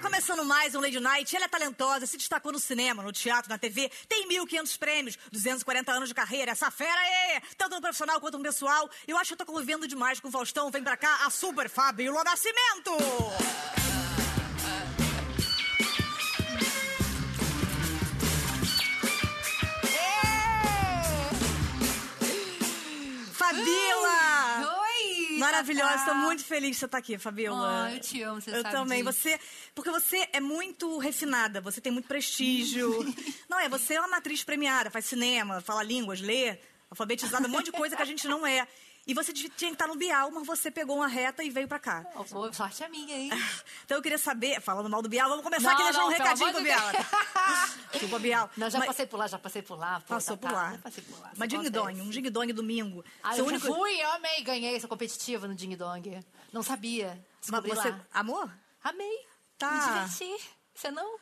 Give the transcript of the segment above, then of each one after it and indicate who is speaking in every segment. Speaker 1: Começando mais um Lady Night, ela é talentosa, se destacou no cinema, no teatro, na TV, tem 1.500 prêmios, 240 anos de carreira, essa fera é tanto no profissional quanto no pessoal. Eu acho que eu tô convivendo demais com o Faustão, vem pra cá, a Super Fabíola Nascimento!
Speaker 2: É!
Speaker 1: Fabíola!
Speaker 2: Oi!
Speaker 1: Maravilhosa,
Speaker 2: Tatá.
Speaker 1: estou muito feliz que você tá aqui, Fabíola.
Speaker 2: Ah, eu te amo, você
Speaker 1: Eu
Speaker 2: sabe
Speaker 1: também.
Speaker 2: disso.
Speaker 1: Você. Porque você é muito refinada, você tem muito prestígio. não é, você é uma atriz premiada, faz cinema, fala línguas, lê, alfabetizada, um monte de coisa que a gente não é. E você devia- tinha que estar no Bial, mas você pegou uma reta e veio pra cá.
Speaker 2: Ó, boa sorte a minha, hein?
Speaker 1: Então eu queria saber, falando mal do Bial, vamos começar
Speaker 2: Não,
Speaker 1: aqui deixar
Speaker 2: não,
Speaker 1: um
Speaker 2: pelo
Speaker 1: recadinho pro
Speaker 2: amor de
Speaker 1: Bial.
Speaker 2: Deus.
Speaker 1: Desculpa, Bial.
Speaker 2: Não, já
Speaker 1: Mas-
Speaker 2: passei por lá, já passei por lá. pô,
Speaker 1: Passou
Speaker 2: Tatá,
Speaker 1: por lá.
Speaker 2: já passei por lá.
Speaker 1: Mas
Speaker 2: Isso
Speaker 1: ding dong,
Speaker 2: acontece.
Speaker 1: um ding dong domingo.
Speaker 2: Ah,
Speaker 1: Seu
Speaker 2: eu
Speaker 1: único-
Speaker 2: fui, eu amei, ganhei, sou competitiva no Ding Dong. Não sabia,
Speaker 1: Mas
Speaker 2: descobri
Speaker 1: você.
Speaker 2: lá.
Speaker 1: Amor?
Speaker 2: Amei,
Speaker 1: Tá.
Speaker 2: me diverti. Você não?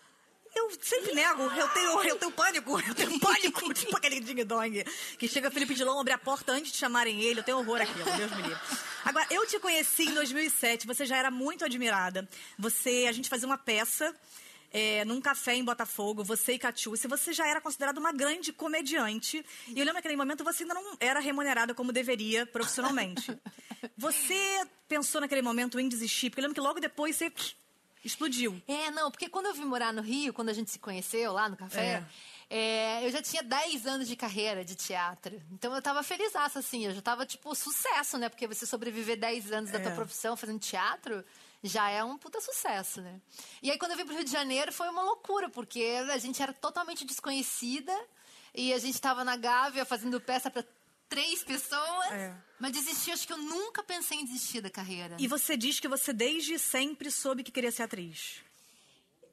Speaker 1: Eu sempre nego, eu tenho, eu tenho pânico, eu tenho pânico, tipo aquele ding-dong. Que chega Felipe Dilon, abre a porta antes de chamarem ele, eu tenho horror aqui, Deus me livre. Agora, eu te conheci em 2007, você já era muito admirada. Você, a gente fazia uma peça é, num café em Botafogo, você e Catiúcia, você já era considerada uma grande comediante. E eu lembro que naquele momento você ainda não era remunerada como deveria profissionalmente. Você pensou naquele momento em desistir, porque eu lembro que logo depois você pff, explodiu.
Speaker 2: É, não, porque quando eu vim morar no Rio, quando a gente se conheceu lá no café, é, eu já tinha 10 anos de carreira de teatro. Então eu tava feliz assim, eu já tava tipo sucesso, né? Porque você sobreviver 10 anos da
Speaker 1: É.
Speaker 2: tua profissão fazendo teatro já é um puta sucesso, né? E aí quando eu vim pro Rio de Janeiro foi uma loucura, porque a gente era totalmente desconhecida e a gente tava na Gávea fazendo peça pra três pessoas.
Speaker 1: É.
Speaker 2: Mas desistir, acho que eu nunca pensei em desistir da carreira. né?
Speaker 1: E você diz que você desde sempre soube que queria ser atriz.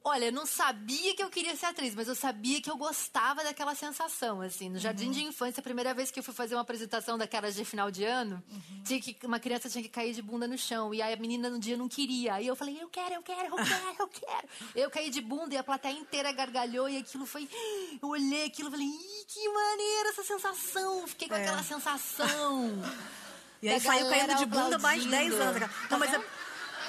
Speaker 2: Olha, eu não sabia que eu queria ser atriz, mas eu sabia que eu gostava daquela sensação, assim. No jardim de infância, a primeira vez que eu fui fazer uma apresentação daquelas de final de ano, tinha que, uma criança tinha que cair de bunda no chão. E aí a menina no dia não queria. Aí eu falei, eu quero, eu quero, eu quero, eu quero. Eu caí de bunda e a plateia inteira gargalhou e aquilo foi. Eu olhei aquilo e falei, Ih, que maneira essa sensação! Fiquei com
Speaker 1: É.
Speaker 2: aquela sensação.
Speaker 1: E aí
Speaker 2: Da
Speaker 1: saiu
Speaker 2: galera
Speaker 1: caindo de bunda mais 10
Speaker 2: aplaudindo.
Speaker 1: anos. cara.
Speaker 2: Tá
Speaker 1: Não, mas é,
Speaker 2: vendo?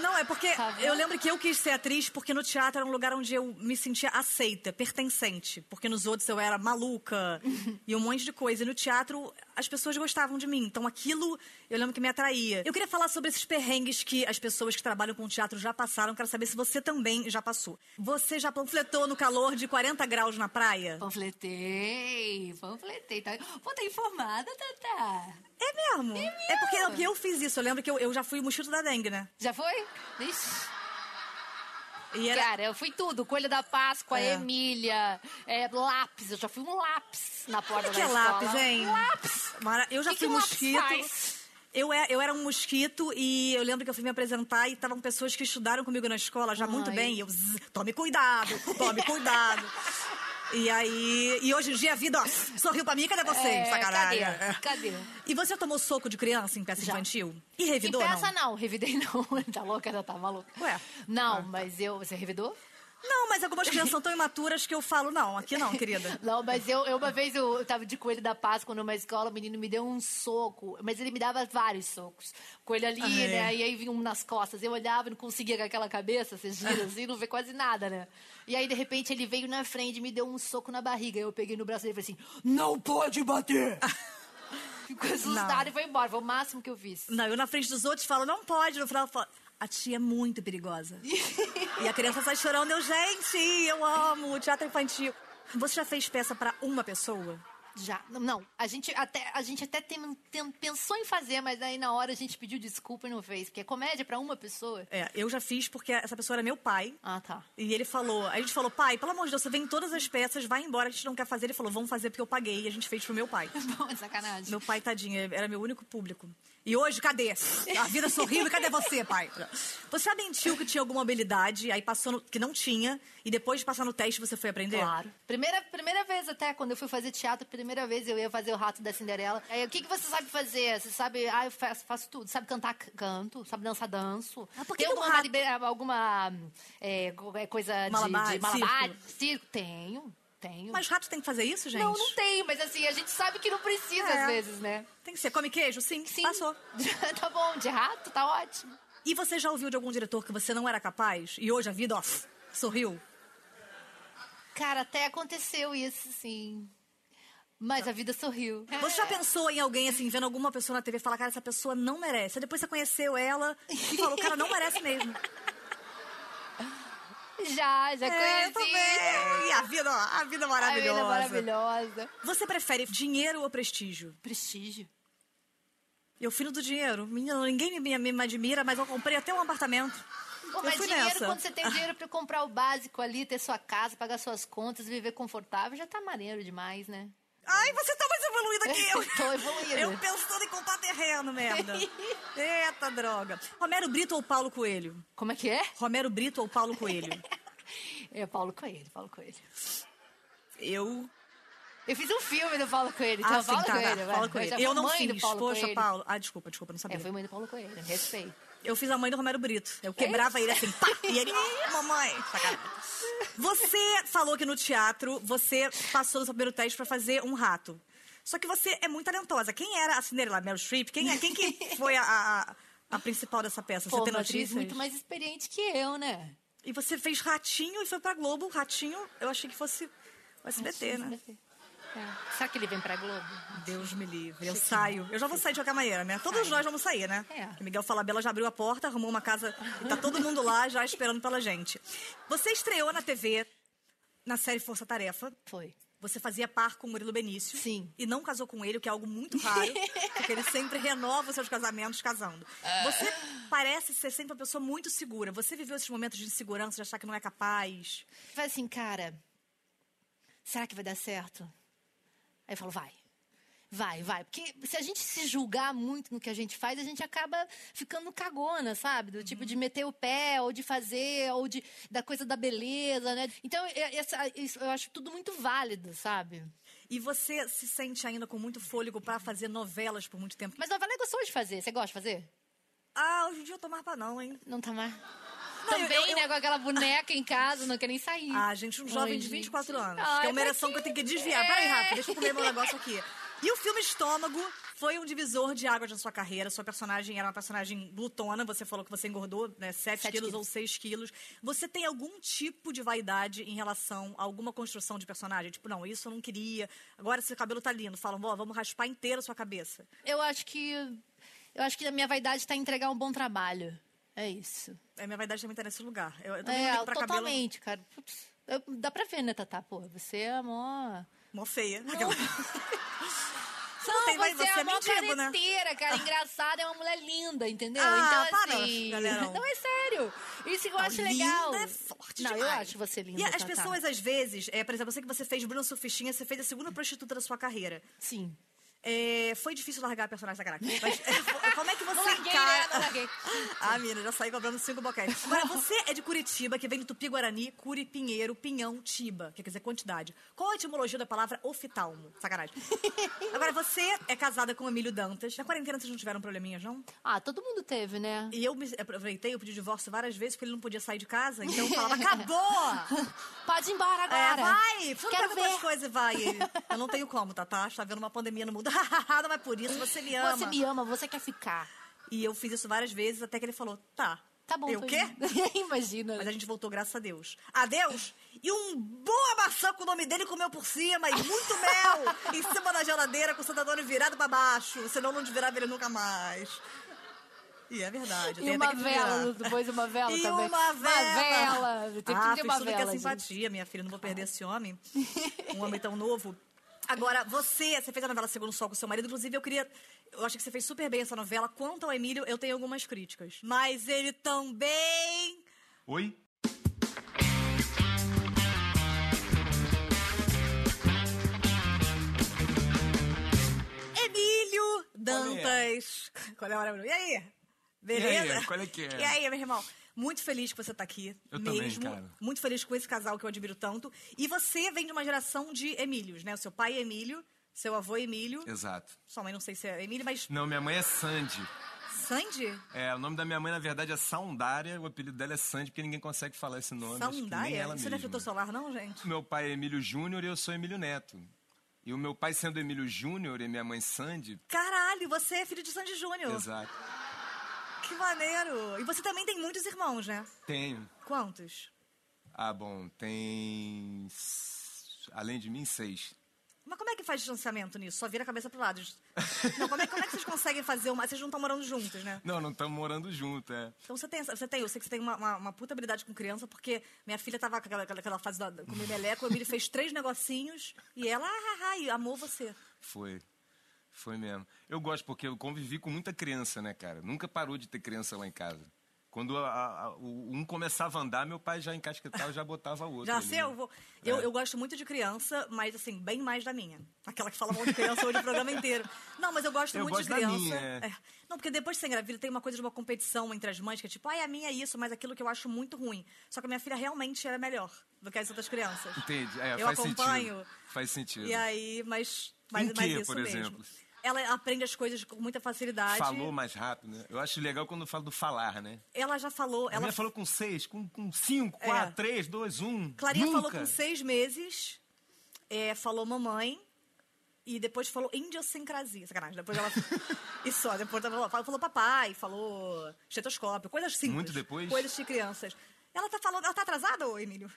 Speaker 1: não, é porque
Speaker 2: Tá vendo?
Speaker 1: eu lembro que eu quis ser atriz porque no teatro era um lugar onde eu me sentia aceita, pertencente. Porque nos outros eu era maluca e um monte de coisa. E no teatro as pessoas gostavam de mim. Então aquilo eu lembro que me atraía. Eu queria falar sobre esses perrengues que as pessoas que trabalham com teatro já passaram. Quero saber se você também já passou. Você já panfletou no calor de 40 graus na praia?
Speaker 2: Panfletei, panfletei. Tá... Pô, tá informada, Tatá?
Speaker 1: É mesmo? É porque, não, porque eu fiz isso. Eu lembro que eu, eu já fui o mosquito da dengue, né?
Speaker 2: Já foi? Ixi.
Speaker 1: E era.
Speaker 2: Cara, eu fui tudo. Coelho da Páscoa,
Speaker 1: É.
Speaker 2: Emília, é, lápis. Eu já fui um lápis na porta
Speaker 1: Como é que
Speaker 2: da
Speaker 1: é
Speaker 2: escola. Um
Speaker 1: lápis, hein?
Speaker 2: Lápis!
Speaker 1: Mara- Eu já
Speaker 2: Que que
Speaker 1: fui
Speaker 2: um lápis
Speaker 1: mosquito.
Speaker 2: faz?
Speaker 1: Eu, é- eu era um mosquito e eu lembro que eu fui me apresentar e estavam pessoas que estudaram comigo na escola já muito
Speaker 2: Ai.
Speaker 1: bem. E eu, zzz, tome cuidado, tome cuidado. E aí, e hoje em dia a vida, ó, sorriu pra mim, cadê você,
Speaker 2: É,
Speaker 1: sacanagem?
Speaker 2: cadê?
Speaker 1: É.
Speaker 2: Cadê?
Speaker 1: E você já tomou soco de criança em peça
Speaker 2: Já.
Speaker 1: infantil? E
Speaker 2: Em
Speaker 1: revidou,
Speaker 2: peça,
Speaker 1: não?
Speaker 2: não. Revidei, não. tá louca? Já tá maluca?
Speaker 1: Ué. Ah, tá.
Speaker 2: Não, mas eu... Você revidou?
Speaker 1: Não, mas algumas crianças são tão imaturas que eu falo, não, aqui não, querida.
Speaker 2: Não, mas eu, eu uma vez eu, eu tava de coelho da Páscoa numa escola, o menino me deu um soco, mas ele me dava vários socos. Coelho ali,
Speaker 1: Ah, é.
Speaker 2: né? E aí vinha um nas costas. Eu olhava e não conseguia com aquela cabeça, você gira assim, não vê quase nada, né? E aí, de repente, ele veio na frente e me deu um soco na barriga. Eu peguei no braço dele e falei assim: Não pode bater! Ficou assustado e foi embora. Foi o máximo que eu vi.
Speaker 1: Não, eu na frente dos outros falo, não pode. No final eu falo, a tia é muito perigosa. e a criança sai chorando, eu, gente, eu amo teatro infantil. Você já fez peça pra uma pessoa?
Speaker 2: Já. Não, Não, a gente até, a gente até tem, tem- pensou em fazer, mas aí na hora a gente pediu desculpa e não fez. Porque é comédia pra uma pessoa.
Speaker 1: É, eu já fiz porque essa pessoa era meu pai.
Speaker 2: Ah, tá.
Speaker 1: E ele falou, a gente falou, pai, pelo amor de Deus, você vem em todas as peças, vai embora, a gente não quer fazer. Ele falou, vamos fazer porque eu paguei. E a gente fez pro meu pai.
Speaker 2: Bom, é sacanagem.
Speaker 1: Meu pai, tadinho, era meu único público. E hoje, cadê? A vida sorriu e cadê você, pai? Você já mentiu que tinha alguma habilidade, aí passou no, que não tinha, e depois de passar no teste você foi aprender?
Speaker 2: Claro. Primeira, primeira vez até, quando eu fui fazer teatro, primeira vez eu ia fazer o Rato da Cinderela. Aí, o que, que você sabe fazer? Você sabe... Ah, eu faço, faço tudo. Sabe cantar, c- canto. Sabe dançar, danço.
Speaker 1: Ah, por que
Speaker 2: Tem
Speaker 1: que o
Speaker 2: alguma,
Speaker 1: rato-
Speaker 2: malibe- alguma é, co- é, coisa de-
Speaker 1: Malabar,
Speaker 2: de... malabar,
Speaker 1: circo.
Speaker 2: circo? Tenho, tenho.
Speaker 1: Mas rato tem que fazer isso, gente?
Speaker 2: Não, não tenho, mas assim, a gente sabe que não precisa
Speaker 1: É.
Speaker 2: às vezes, né?
Speaker 1: Tem que ser. Come queijo? Sim,
Speaker 2: Sim.
Speaker 1: Passou.
Speaker 2: tá bom, de rato, tá ótimo.
Speaker 1: E você já ouviu de algum diretor que você não era capaz? E hoje a vida, ó, Sorriu?
Speaker 2: Cara, até aconteceu isso, sim. Mas a vida sorriu.
Speaker 1: Você já pensou em alguém, assim, vendo alguma pessoa na TV falar, cara, essa pessoa não merece? Aí depois você conheceu ela e falou, cara, não merece mesmo.
Speaker 2: Já, já
Speaker 1: É,
Speaker 2: conheci.
Speaker 1: eu também. E a vida, ó, a vida é
Speaker 2: A
Speaker 1: maravilhosa.
Speaker 2: vida maravilhosa.
Speaker 1: Você prefere dinheiro ou prestígio?
Speaker 2: Prestígio.
Speaker 1: Eu fui no do dinheiro. Menina, ninguém me, me- me admira, mas eu comprei até um apartamento.
Speaker 2: Pô,
Speaker 1: eu
Speaker 2: mas
Speaker 1: fui
Speaker 2: dinheiro,
Speaker 1: nessa.
Speaker 2: quando você tem dinheiro pra comprar o básico ali, ter sua casa, pagar suas contas, viver confortável, já tá maneiro demais, né?
Speaker 1: Ai, você tá mais evoluída que eu.
Speaker 2: Tô evoluída.
Speaker 1: Eu pensando em comprar terreno, merda. Eita droga. Romero Brito ou Paulo Coelho?
Speaker 2: Como é que é?
Speaker 1: Romero Brito ou Paulo Coelho?
Speaker 2: É Paulo Coelho, Paulo Coelho.
Speaker 1: Eu.
Speaker 2: Eu fiz um filme do Paulo Coelho, então
Speaker 1: Ah, sim,
Speaker 2: Paulo,
Speaker 1: tá,
Speaker 2: Coelho,
Speaker 1: tá.
Speaker 2: vai.
Speaker 1: Paulo
Speaker 2: Eu já
Speaker 1: Coelho.
Speaker 2: fui
Speaker 1: Eu não
Speaker 2: mãe do
Speaker 1: fiz.
Speaker 2: Paulo
Speaker 1: Poxa,
Speaker 2: Coelho.
Speaker 1: Paulo. Ah, desculpa, desculpa, não sabia.
Speaker 2: É, foi mãe do Paulo Coelho, respeito.
Speaker 1: Eu fiz a mãe do Romero Brito. Eu quebrava ele assim, pá, e ele, "Ah, mamãe. Sacanagem. Você falou que no teatro você passou no seu primeiro teste pra fazer um rato. Só que você é muito talentosa. Quem era a Cinderela? Meryl Streep? Quem, é- quem que foi a, a- a principal dessa peça?
Speaker 2: Pô,
Speaker 1: você tem
Speaker 2: uma atriz
Speaker 1: notícias?
Speaker 2: muito mais experiente que eu, né?
Speaker 1: E você fez Ratinho e foi pra Globo. Ratinho, eu achei que fosse o SBT, né?
Speaker 2: É. Será que ele vem pra Globo?
Speaker 1: Deus me livre, eu saio. Eu já vou sair de qualquer maneira, né? Todos nós vamos sair, né?
Speaker 2: É.
Speaker 1: Que Miguel Falabella já abriu a porta, arrumou uma casa e tá todo mundo lá já esperando pela gente. Você estreou na TV, na série Força Tarefa.
Speaker 2: Foi.
Speaker 1: Você fazia par com o Murilo Benício.
Speaker 2: Sim.
Speaker 1: E não casou com ele, o que é algo muito raro, porque ele sempre renova os seus casamentos casando. Você parece ser sempre uma pessoa muito segura. Você viveu esses momentos de insegurança, de achar que não é capaz?
Speaker 2: Falei assim, cara, será que vai dar certo? Aí eu falo, vai. Vai, vai. Porque se a gente se julgar muito no que a gente faz, a gente acaba ficando cagona, sabe? Do tipo de meter o pé, ou de fazer, ou de da coisa da beleza, né? Então, é- essa- isso eu acho tudo muito válido, sabe?
Speaker 1: E você se sente ainda com muito fôlego pra fazer novelas por muito tempo?
Speaker 2: Mas novela é gostoso de fazer. Você gosta de fazer?
Speaker 1: Ah, hoje em dia eu tomar pra não, hein?
Speaker 2: Não tá mais.
Speaker 1: Não, eu-
Speaker 2: Também,
Speaker 1: eu-
Speaker 2: né? Com aquela boneca em casa, não quer nem sair.
Speaker 1: Ah, gente, um jovem de
Speaker 2: Hoje.
Speaker 1: 24 anos.
Speaker 2: Ai,
Speaker 1: que é uma
Speaker 2: pra
Speaker 1: ereção que eu tenho que desviar.
Speaker 2: Ah, É.
Speaker 1: Peraí, Rafa, deixa eu comer meu negócio aqui. E o filme Estômago foi um divisor de águas na sua carreira. Sua personagem era uma personagem glutona. Você falou que você engordou né, 7
Speaker 2: Sete
Speaker 1: quilos,
Speaker 2: quilos.
Speaker 1: ou 6 quilos. Você tem algum tipo de vaidade em relação a alguma construção de personagem? Tipo, não, isso eu não queria. Agora seu cabelo tá lindo. Falam, ó, vamos raspar inteira a sua cabeça.
Speaker 2: Eu acho que. Eu acho que a minha vaidade tá em entregar um bom trabalho. É isso.
Speaker 1: É, minha vaidade também tá nesse lugar. Eu, eu também
Speaker 2: É,
Speaker 1: ligo pra cabelo
Speaker 2: totalmente, cara. Putz, eu- dá pra ver, né, Tatá? Pô, você é mó.
Speaker 1: mó feia.
Speaker 2: Você
Speaker 1: tem mais-
Speaker 2: você
Speaker 1: você
Speaker 2: é
Speaker 1: é
Speaker 2: mó
Speaker 1: mendigo, né?
Speaker 2: careteira, cara. Engraçada, é uma mulher linda, entendeu?
Speaker 1: Ah,
Speaker 2: então,
Speaker 1: para,
Speaker 2: assim.
Speaker 1: galerão.
Speaker 2: Não, é sério. Isso que eu
Speaker 1: Não,
Speaker 2: acho
Speaker 1: linda
Speaker 2: legal.
Speaker 1: é forte
Speaker 2: Não, eu
Speaker 1: demais.
Speaker 2: acho você linda.
Speaker 1: E as
Speaker 2: Tatá.
Speaker 1: pessoas, às vezes, é, por exemplo, eu sei que você fez Bruno Surfistinha, você fez a segunda prostituta da sua carreira.
Speaker 2: Sim.
Speaker 1: É, foi difícil largar a personagem da caraca. Mas é, como é que você
Speaker 2: Não larguei, né? Não
Speaker 1: encara...
Speaker 2: larguei.
Speaker 1: ah, mina, já saí cobrando cinco boquetes. Agora, você é de Curitiba, que vem do Tupi-Guarani, Curi, Pinheiro, Pinhão, Tiba, que quer dizer quantidade. Qual a etimologia da palavra oftalmo? Sacanagem. Agora, você é casada com o Emílio Dantas. Na quarentena vocês não tiveram probleminhas, não?
Speaker 2: Ah, todo mundo teve, né?
Speaker 1: E eu me aproveitei, eu pedi divórcio várias vezes, porque ele não podia sair de casa. Então eu falava, acabou!
Speaker 2: Pode ir embora
Speaker 1: É,
Speaker 2: agora.
Speaker 1: vai! Você não
Speaker 2: Quero
Speaker 1: quer ver
Speaker 2: ver.
Speaker 1: as coisas e vai. Eu não tenho como, Tatá. Está vendo uma pandemia no mundo. não é por isso, você me ama.
Speaker 2: Você me ama, você quer ficar.
Speaker 1: E eu fiz isso várias vezes até que ele falou, tá.
Speaker 2: Tá bom,
Speaker 1: Eu
Speaker 2: tô
Speaker 1: quê?
Speaker 2: indo. Imagina.
Speaker 1: Mas a gente voltou, graças a Deus. Adeus! E um boa maçã com o nome dele comeu por cima, e muito mel em cima da geladeira, com o Santadone virado pra baixo, senão não virava ele nunca mais. E é verdade.
Speaker 2: E
Speaker 1: tem
Speaker 2: uma
Speaker 1: até que virar.
Speaker 2: vela, depois uma vela
Speaker 1: E
Speaker 2: também.
Speaker 1: uma vela.
Speaker 2: Uma vela. Tipo, Tem
Speaker 1: ah,
Speaker 2: que ter
Speaker 1: fiz
Speaker 2: uma
Speaker 1: tudo que é
Speaker 2: vela, gente.
Speaker 1: simpatia, minha filha. Não vou perder esse homem. Um homem tão novo. Agora, você, você fez a novela Segundo Sol com seu marido. Inclusive, eu queria... Eu acho que você fez super bem essa novela. Quanto ao Emílio, eu tenho algumas críticas. Mas ele também...
Speaker 3: Oi?
Speaker 1: Emílio
Speaker 3: é?
Speaker 1: Dantas. Qual é, maravilhoso? E aí? Beleza?
Speaker 3: E aí, qual é que é?
Speaker 1: E aí, meu irmão? Muito feliz que você tá aqui.
Speaker 3: Eu também,
Speaker 1: mesmo.
Speaker 3: cara.
Speaker 1: Muito feliz com esse casal que eu admiro tanto. E você vem de uma geração de Emílios, né? O seu pai é Emílio, seu avô é Emílio.
Speaker 3: Exato.
Speaker 1: Sua mãe não sei se é Emílio, mas
Speaker 3: Não, minha mãe é Sandy.
Speaker 1: Sandy?
Speaker 3: É, o nome da minha mãe, na verdade, é Saundária. O apelido dela é Sandy, porque ninguém consegue falar esse nome. acho que Nem
Speaker 1: Sandália?
Speaker 3: ela
Speaker 1: Você não é
Speaker 3: mesma.
Speaker 1: filtro solar, não, gente?
Speaker 3: Meu pai é Emílio Júnior e eu sou Emílio Neto. E o meu pai sendo Emílio Júnior e minha mãe Sandy...
Speaker 1: Caralho, você é filho de Sandy Júnior.
Speaker 3: Exato.
Speaker 1: Que maneiro. E você também tem muitos irmãos, né?
Speaker 3: Tenho.
Speaker 1: Quantos?
Speaker 3: Ah, bom, tem. s- Além de mim, seis.
Speaker 1: Mas como é que faz distanciamento nisso? Só vira a cabeça pro lado. Não, como é, como é que vocês conseguem fazer uma. Vocês não estão morando juntos, né?
Speaker 3: Não, não estamos morando junto, é.
Speaker 1: Então você tem, essa- você tem, eu sei que você tem uma, uma, uma puta habilidade com criança, porque minha filha tava com aquela, aquela, aquela fase da, com o meleco, o Emílio fez três negocinhos e ela, ah, ah, ah, e amou você.
Speaker 3: Foi. Foi mesmo. Eu gosto porque eu convivi com muita criança, né, cara? Nunca parou de ter criança lá em casa. Quando a- a- a- o- um começava a andar, meu pai já encasquetava, já botava o outro.
Speaker 1: Já
Speaker 3: ali,
Speaker 1: sei, eu,
Speaker 3: né?
Speaker 1: vou, eu,
Speaker 3: É.
Speaker 1: eu gosto muito de criança, mas assim, bem mais da minha. Aquela que fala mal de criança hoje o programa inteiro. Não, mas eu gosto
Speaker 3: Eu
Speaker 1: muito
Speaker 3: gosto
Speaker 1: de
Speaker 3: da
Speaker 1: criança.
Speaker 3: minha, é.
Speaker 1: É. Não, porque depois que você engravida, tem uma coisa de uma competição entre as mães, que é tipo, ai, a minha é isso, mas aquilo que eu acho muito ruim. Só que a minha filha realmente era melhor do que as outras crianças.
Speaker 3: Entendi. É,
Speaker 1: eu
Speaker 3: faz
Speaker 1: acompanho.
Speaker 3: sentido. Faz sentido.
Speaker 1: E aí, mas, mas,
Speaker 3: Em
Speaker 1: mas
Speaker 3: quê,
Speaker 1: isso
Speaker 3: por
Speaker 1: mesmo.
Speaker 3: exemplo?
Speaker 1: Ela aprende as coisas com muita facilidade.
Speaker 3: Falou mais rápido, né? Eu acho legal quando eu falo do falar, né?
Speaker 1: Ela já falou.
Speaker 3: A
Speaker 1: Ela É.
Speaker 3: minha falou com seis, com, com cinco, quatro, três, dois, um.
Speaker 1: Clarinha
Speaker 3: Nunca.
Speaker 1: falou com seis meses, é, falou mamãe. E depois falou idiosincrasia, sacanagem. Depois ela. e só, depois ela falou, falou papai, falou estetoscópio, coisas simples.
Speaker 3: Muito depois?
Speaker 1: Coisas de crianças. Ela tá falando. Ela tá atrasada, ô Emílio?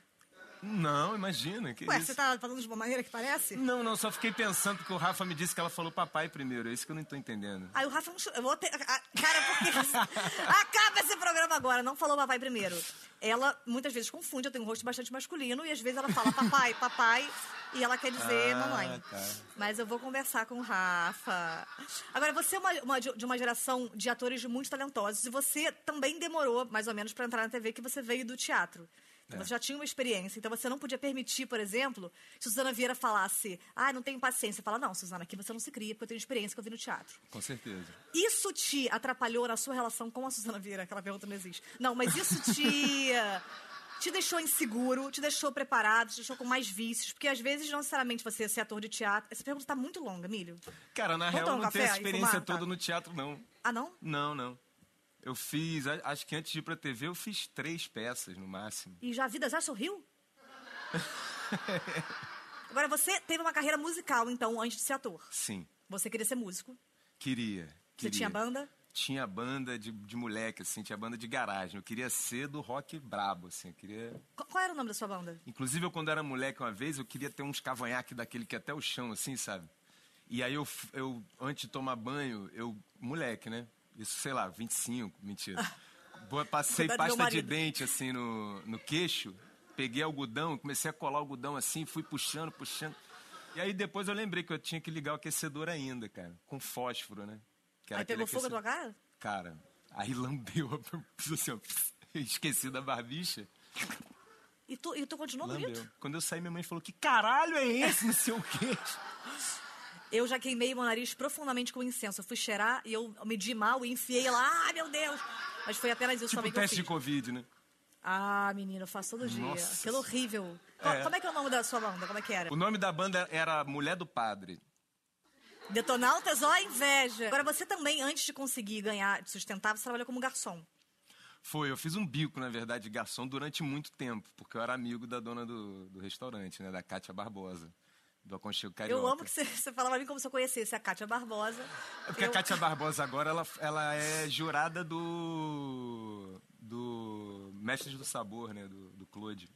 Speaker 3: Não, imagina, que
Speaker 1: Ué,
Speaker 3: isso.
Speaker 1: você tá falando de uma maneira que parece?
Speaker 3: Não, não, só fiquei pensando porque o Rafa me disse que ela falou papai primeiro. É isso que eu não tô entendendo.
Speaker 1: Aí o Rafa não. cho- Eu vou ter. ah, Cara, porque. Acaba esse programa agora, não falou papai primeiro. Ela muitas vezes confunde, eu tenho um rosto bastante masculino, e às vezes ela fala papai, papai, e ela quer dizer
Speaker 3: Ah,
Speaker 1: mamãe.
Speaker 3: tá.
Speaker 1: Mas eu vou conversar com o Rafa. Agora, você é uma, uma de de uma geração de atores muito talentosos, e você também demorou, mais ou menos, pra entrar na TV, que você veio do teatro.
Speaker 3: É.
Speaker 1: Então, Você já tinha uma experiência, então você não podia permitir, por exemplo, se Suzana Vieira falasse, ah, não tenho paciência. Você fala, não, Suzana, aqui você não se cria, porque eu tenho experiência que eu vi no teatro.
Speaker 3: Com certeza.
Speaker 1: Isso te atrapalhou na sua relação com a Suzana Vieira? Aquela pergunta não existe. Não, mas isso te. te deixou inseguro, te deixou preparado, te deixou com mais vícios? Porque às vezes, não necessariamente você ser ator de teatro. Essa pergunta tá muito longa, Milho.
Speaker 3: Cara, na
Speaker 1: Vamos
Speaker 3: real,
Speaker 1: tomar
Speaker 3: eu
Speaker 1: um
Speaker 3: não
Speaker 1: café
Speaker 3: tenho essa
Speaker 1: e
Speaker 3: experiência
Speaker 1: fumar?
Speaker 3: toda
Speaker 1: Tá.
Speaker 3: no teatro, não.
Speaker 1: Ah, não?
Speaker 3: Não, não. Eu fiz, a- acho que antes de ir pra TV, eu fiz três peças no máximo.
Speaker 1: E já a vida já sorriu? Agora, você teve uma carreira musical, então, antes de ser ator.
Speaker 3: Sim,
Speaker 1: Você queria ser músico.
Speaker 3: queria.
Speaker 1: Você
Speaker 3: queria.
Speaker 1: tinha banda?
Speaker 3: Tinha banda de, de moleque, assim, tinha banda de garagem. Eu queria ser do rock brabo, assim, eu queria...
Speaker 1: Qu- Qual era o nome da sua banda?
Speaker 3: Inclusive, eu, quando era moleque uma vez, eu queria ter uns cavanhaque daquele que é até o chão, assim, sabe? E aí, eu, f- eu antes de tomar banho, eu... Moleque, né? Isso, sei lá, 25, mentira. Bo- Passei
Speaker 1: Cuidado, meu
Speaker 3: pasta de
Speaker 1: marido.
Speaker 3: dente, assim, no, no queixo. Peguei algodão, comecei a colar algodão, assim, fui puxando, puxando. E aí, depois eu lembrei que eu tinha que ligar o aquecedor ainda, cara. Com fósforo, né? Que
Speaker 1: Aí pegou
Speaker 3: aquele
Speaker 1: fogo na tua
Speaker 3: aquecedor-
Speaker 1: cara?
Speaker 3: Cara, aí lambeu, a- assim, ó, esqueci da barbicha.
Speaker 1: E tu, e tu continuou
Speaker 3: Lambeu.
Speaker 1: bonito?
Speaker 3: Quando eu saí, minha mãe falou: Que caralho é esse? Não sei o quê.
Speaker 1: Eu já queimei meu nariz profundamente com incenso. Eu fui cheirar e eu medi mal e enfiei lá. Ah, meu Deus! Mas foi apenas isso
Speaker 3: tipo
Speaker 1: também que eu
Speaker 3: teste de
Speaker 1: fiz.
Speaker 3: Covid, né?
Speaker 1: Ah, menina, eu faço todo dia.
Speaker 3: Nossa.
Speaker 1: Aquilo horrível. Qual-
Speaker 3: É.
Speaker 1: Como é que é o nome da sua banda? Como é que era?
Speaker 3: O nome da banda era Mulher do Padre.
Speaker 1: Detonautas, ó, a inveja. Agora, você também, antes de conseguir ganhar, de sustentar, você trabalhou como garçom.
Speaker 3: Foi, eu fiz um bico, na verdade, de garçom durante muito tempo, porque eu era amigo da dona do, do restaurante, né? Da Cátia Barbosa, do Aconchego Carioca.
Speaker 1: Eu amo que você, você fala pra mim como se eu conhecesse a Kátia Barbosa.
Speaker 3: É porque
Speaker 1: Eu-
Speaker 3: a Cátia Barbosa agora, ela, ela é jurada do. do Mestres do Sabor, né? Do, do Claude.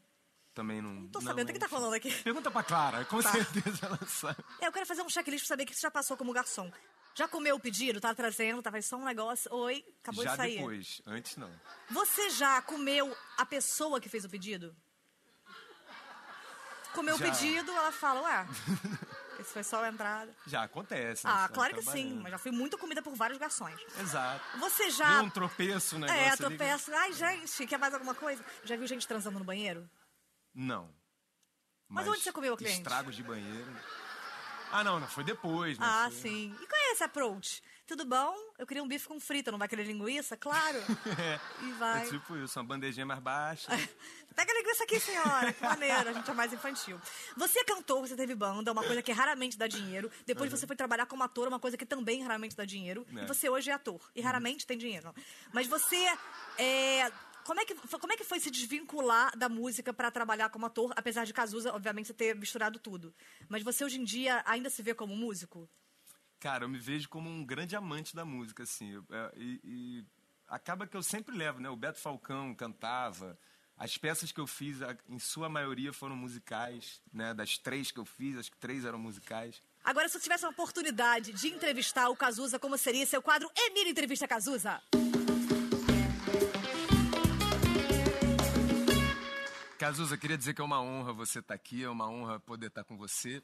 Speaker 3: Também não.
Speaker 1: Não tô sabendo o que tá
Speaker 3: enfim.
Speaker 1: falando aqui.
Speaker 3: Pergunta pra Clara, com
Speaker 1: Tá.
Speaker 3: certeza ela sabe.
Speaker 1: É, eu quero fazer um checklist pra saber o que você já passou como garçom. Já comeu o pedido? Tá trazendo? Tava só um negócio? Oi, acabou
Speaker 3: Já
Speaker 1: de sair.
Speaker 3: depois, antes não.
Speaker 1: Você já comeu a pessoa que fez o pedido? Comeu
Speaker 3: Já.
Speaker 1: o pedido, ela fala, ué, esse foi só a entrada.
Speaker 3: Já acontece. né?
Speaker 1: Ah,
Speaker 3: Você tá
Speaker 1: claro que sim,
Speaker 3: trabalhando.
Speaker 1: mas já fui muito comida por vários garçons.
Speaker 3: Exato.
Speaker 1: Você
Speaker 3: Deu
Speaker 1: já.
Speaker 3: um tropeço, né?
Speaker 1: é, tropeço. Ai, gente, quer mais alguma coisa? Já viu gente transando no banheiro?
Speaker 3: Não.
Speaker 1: Mas onde você comeu, cliente?
Speaker 3: Estragos de banheiro. Ah, não, não. Foi depois, né?
Speaker 1: Ah,
Speaker 3: Foi-
Speaker 1: sim. E qual é esse approach? Tudo bom? Eu queria um bife com frita, não vai querer linguiça? Claro.
Speaker 3: É.
Speaker 1: E vai.
Speaker 3: É tipo isso, uma bandejinha mais baixa.
Speaker 1: Pega a linguiça aqui, senhora. Que maneiro, a gente é mais infantil. Você cantou, você teve banda, uma coisa que raramente dá dinheiro. Depois você foi trabalhar como ator, uma coisa que também raramente dá dinheiro.
Speaker 3: É.
Speaker 1: E você hoje é ator. E raramente tem dinheiro. não. Mas você. é, Como é, que, fo- como é que foi se desvincular da música pra trabalhar como ator? Apesar de Cazuza, obviamente, você ter misturado tudo. Mas você hoje em dia ainda se vê como músico?
Speaker 3: Cara, eu me vejo como um grande amante da música, assim. Eu- é, e, e acaba que eu sempre levo, né? O Beto Falcão cantava, As peças que eu fiz, a- em sua maioria, foram musicais, né? Das três que eu fiz, acho que três eram musicais.
Speaker 1: Agora, se eu tivesse uma oportunidade de entrevistar o Cazuza, como seria seu quadro Emílio Entrevista Cazuza?
Speaker 3: Cazuza, queria dizer que é uma honra você estar aqui, é uma honra poder estar com você.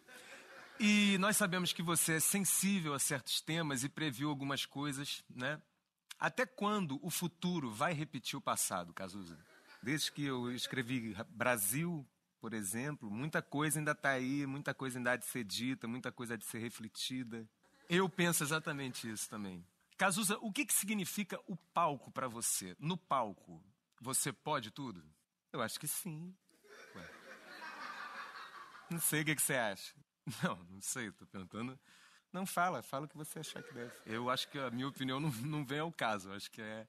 Speaker 3: E nós sabemos que você é sensível a certos temas e previu algumas coisas, né? Até quando o futuro vai repetir o passado, Cazuza? Desde que eu escrevi Ra- Brasil, por exemplo, muita coisa ainda está aí, muita coisa ainda há de ser dita, muita coisa há de ser refletida. Eu penso exatamente isso também. Cazuza, o que, que significa o palco para você? No palco, você pode tudo? Eu acho que sim. Ué. Não sei o que, que você acha. Não, não sei, tô perguntando. Não fala, fala o que você achar que deve. Eu acho que a minha opinião não, não vem ao caso, eu acho que é,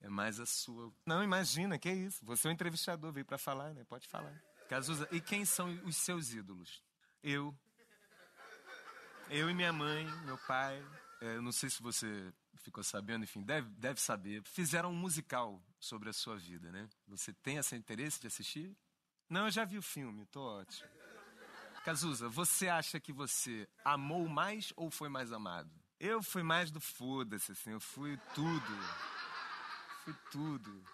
Speaker 3: é mais a sua. Não, imagina, que é isso. Você é um entrevistador, veio para falar, né? Pode falar. Cazuza, e quem são os seus ídolos? Eu. Eu e minha mãe, meu pai. é, eu não sei se você ficou sabendo, enfim, deve, deve saber. Fizeram um musical sobre a sua vida, né? Você tem esse interesse de assistir? Não, eu já vi o filme, tô ótimo. Cazuza, você acha que você amou mais ou foi mais amado? Eu fui mais do foda-se, assim, eu fui tudo. Fui tudo.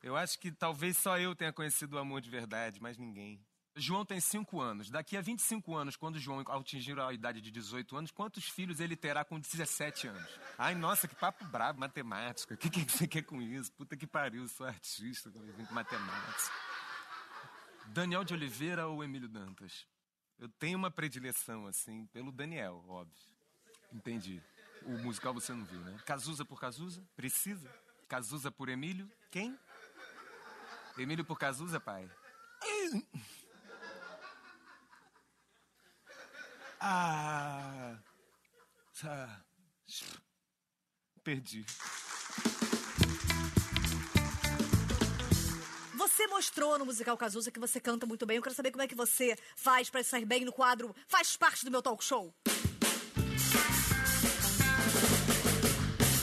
Speaker 3: Eu acho que talvez só eu tenha conhecido o amor de verdade, mas ninguém. João tem 5 anos. Daqui a 25 anos, quando João atingir a idade de 18 anos, quantos filhos ele terá com 17 anos? Ai, nossa, que papo brabo, matemática. O que, que você quer com isso? Puta que pariu, sou artista, matemática. Daniel de Oliveira ou Emílio Dantas? Eu tenho uma predileção, assim, pelo Daniel, óbvio. Entendi. O musical você não viu, né? Cazuza por Cazuza? Precisa? Cazuza por Emílio? Quem? Emílio por Cazuza, pai? Ah. tá. Perdi.
Speaker 1: Você mostrou no musical Cazuza que você canta muito bem. Eu quero saber como é que você faz pra sair bem no quadro Faz Parte do Meu Talk Show.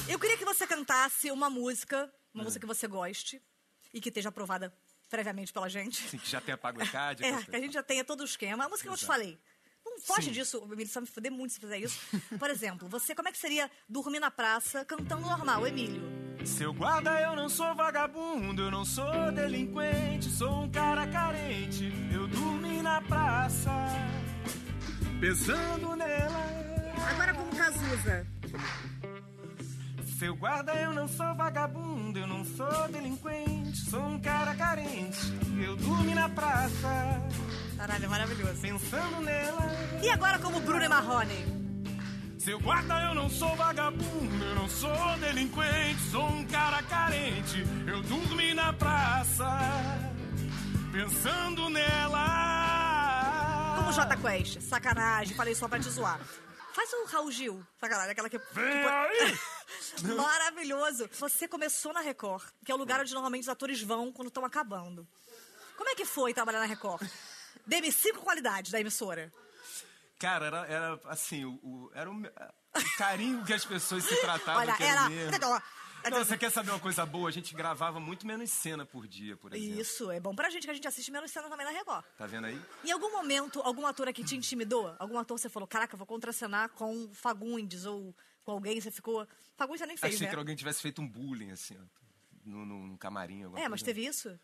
Speaker 1: Eu queria que você cantasse uma música, uma
Speaker 3: É.
Speaker 1: música que você goste e que esteja aprovada previamente pela gente.
Speaker 3: Assim, que já tem a Pagocard.
Speaker 1: É, que a gente já tenha todo o esquema. A música que eu te
Speaker 3: Exato.
Speaker 1: falei. Não foge
Speaker 3: Sim.
Speaker 1: disso, Emílio, só me fuder muito se fizer isso. Por exemplo, você, como é que seria dormir na praça cantando normal, Emílio?
Speaker 3: Seu guarda, eu não sou vagabundo, eu não sou delinquente, sou um cara carente. Eu dormi na praça, pensando nela.
Speaker 1: Agora como Cazuza.
Speaker 3: Seu guarda, eu não sou vagabundo, eu não sou delinquente, sou um cara carente. Eu dormi na praça,
Speaker 1: Caralho, é maravilhoso.
Speaker 3: pensando nela.
Speaker 1: E agora como Bruno e Marrone?
Speaker 3: Seu guarda, eu não sou vagabundo, eu não sou delinquente, sou um cara carente. Eu dormi na praça, pensando nela.
Speaker 1: Como tá- Jota Quest. Sacanagem, falei só pra te zoar. Faz o Raul Gil. Sacanagem, aquela que.
Speaker 3: Vem aí!
Speaker 1: Maravilhoso. Você começou na Record, que é o lugar onde normalmente os atores vão quando estão acabando. Como é que foi trabalhar na Record? Dê-me cinco qualidades da emissora.
Speaker 3: Cara, era, era assim, o, o- era o, me- o carinho que as pessoas se tratavam.
Speaker 1: Olha,
Speaker 3: que era... o
Speaker 1: era.
Speaker 3: mesmo. Não, Então, você quer saber uma coisa boa? A gente gravava muito menos cena por dia, por exemplo.
Speaker 1: Isso, é bom pra gente que a gente assiste menos cena também na Record.
Speaker 3: Tá vendo aí?
Speaker 1: Em algum momento, algum ator aqui te intimidou? Algum ator você falou, caraca, eu vou contracenar com Fagundes ou com alguém, você ficou. Fagundes você nem fez,
Speaker 3: Achei
Speaker 1: né?
Speaker 3: que alguém tivesse feito um bullying, assim, ó, no, no, no camarim. alguma
Speaker 1: É, mas
Speaker 3: coisa.
Speaker 1: teve isso?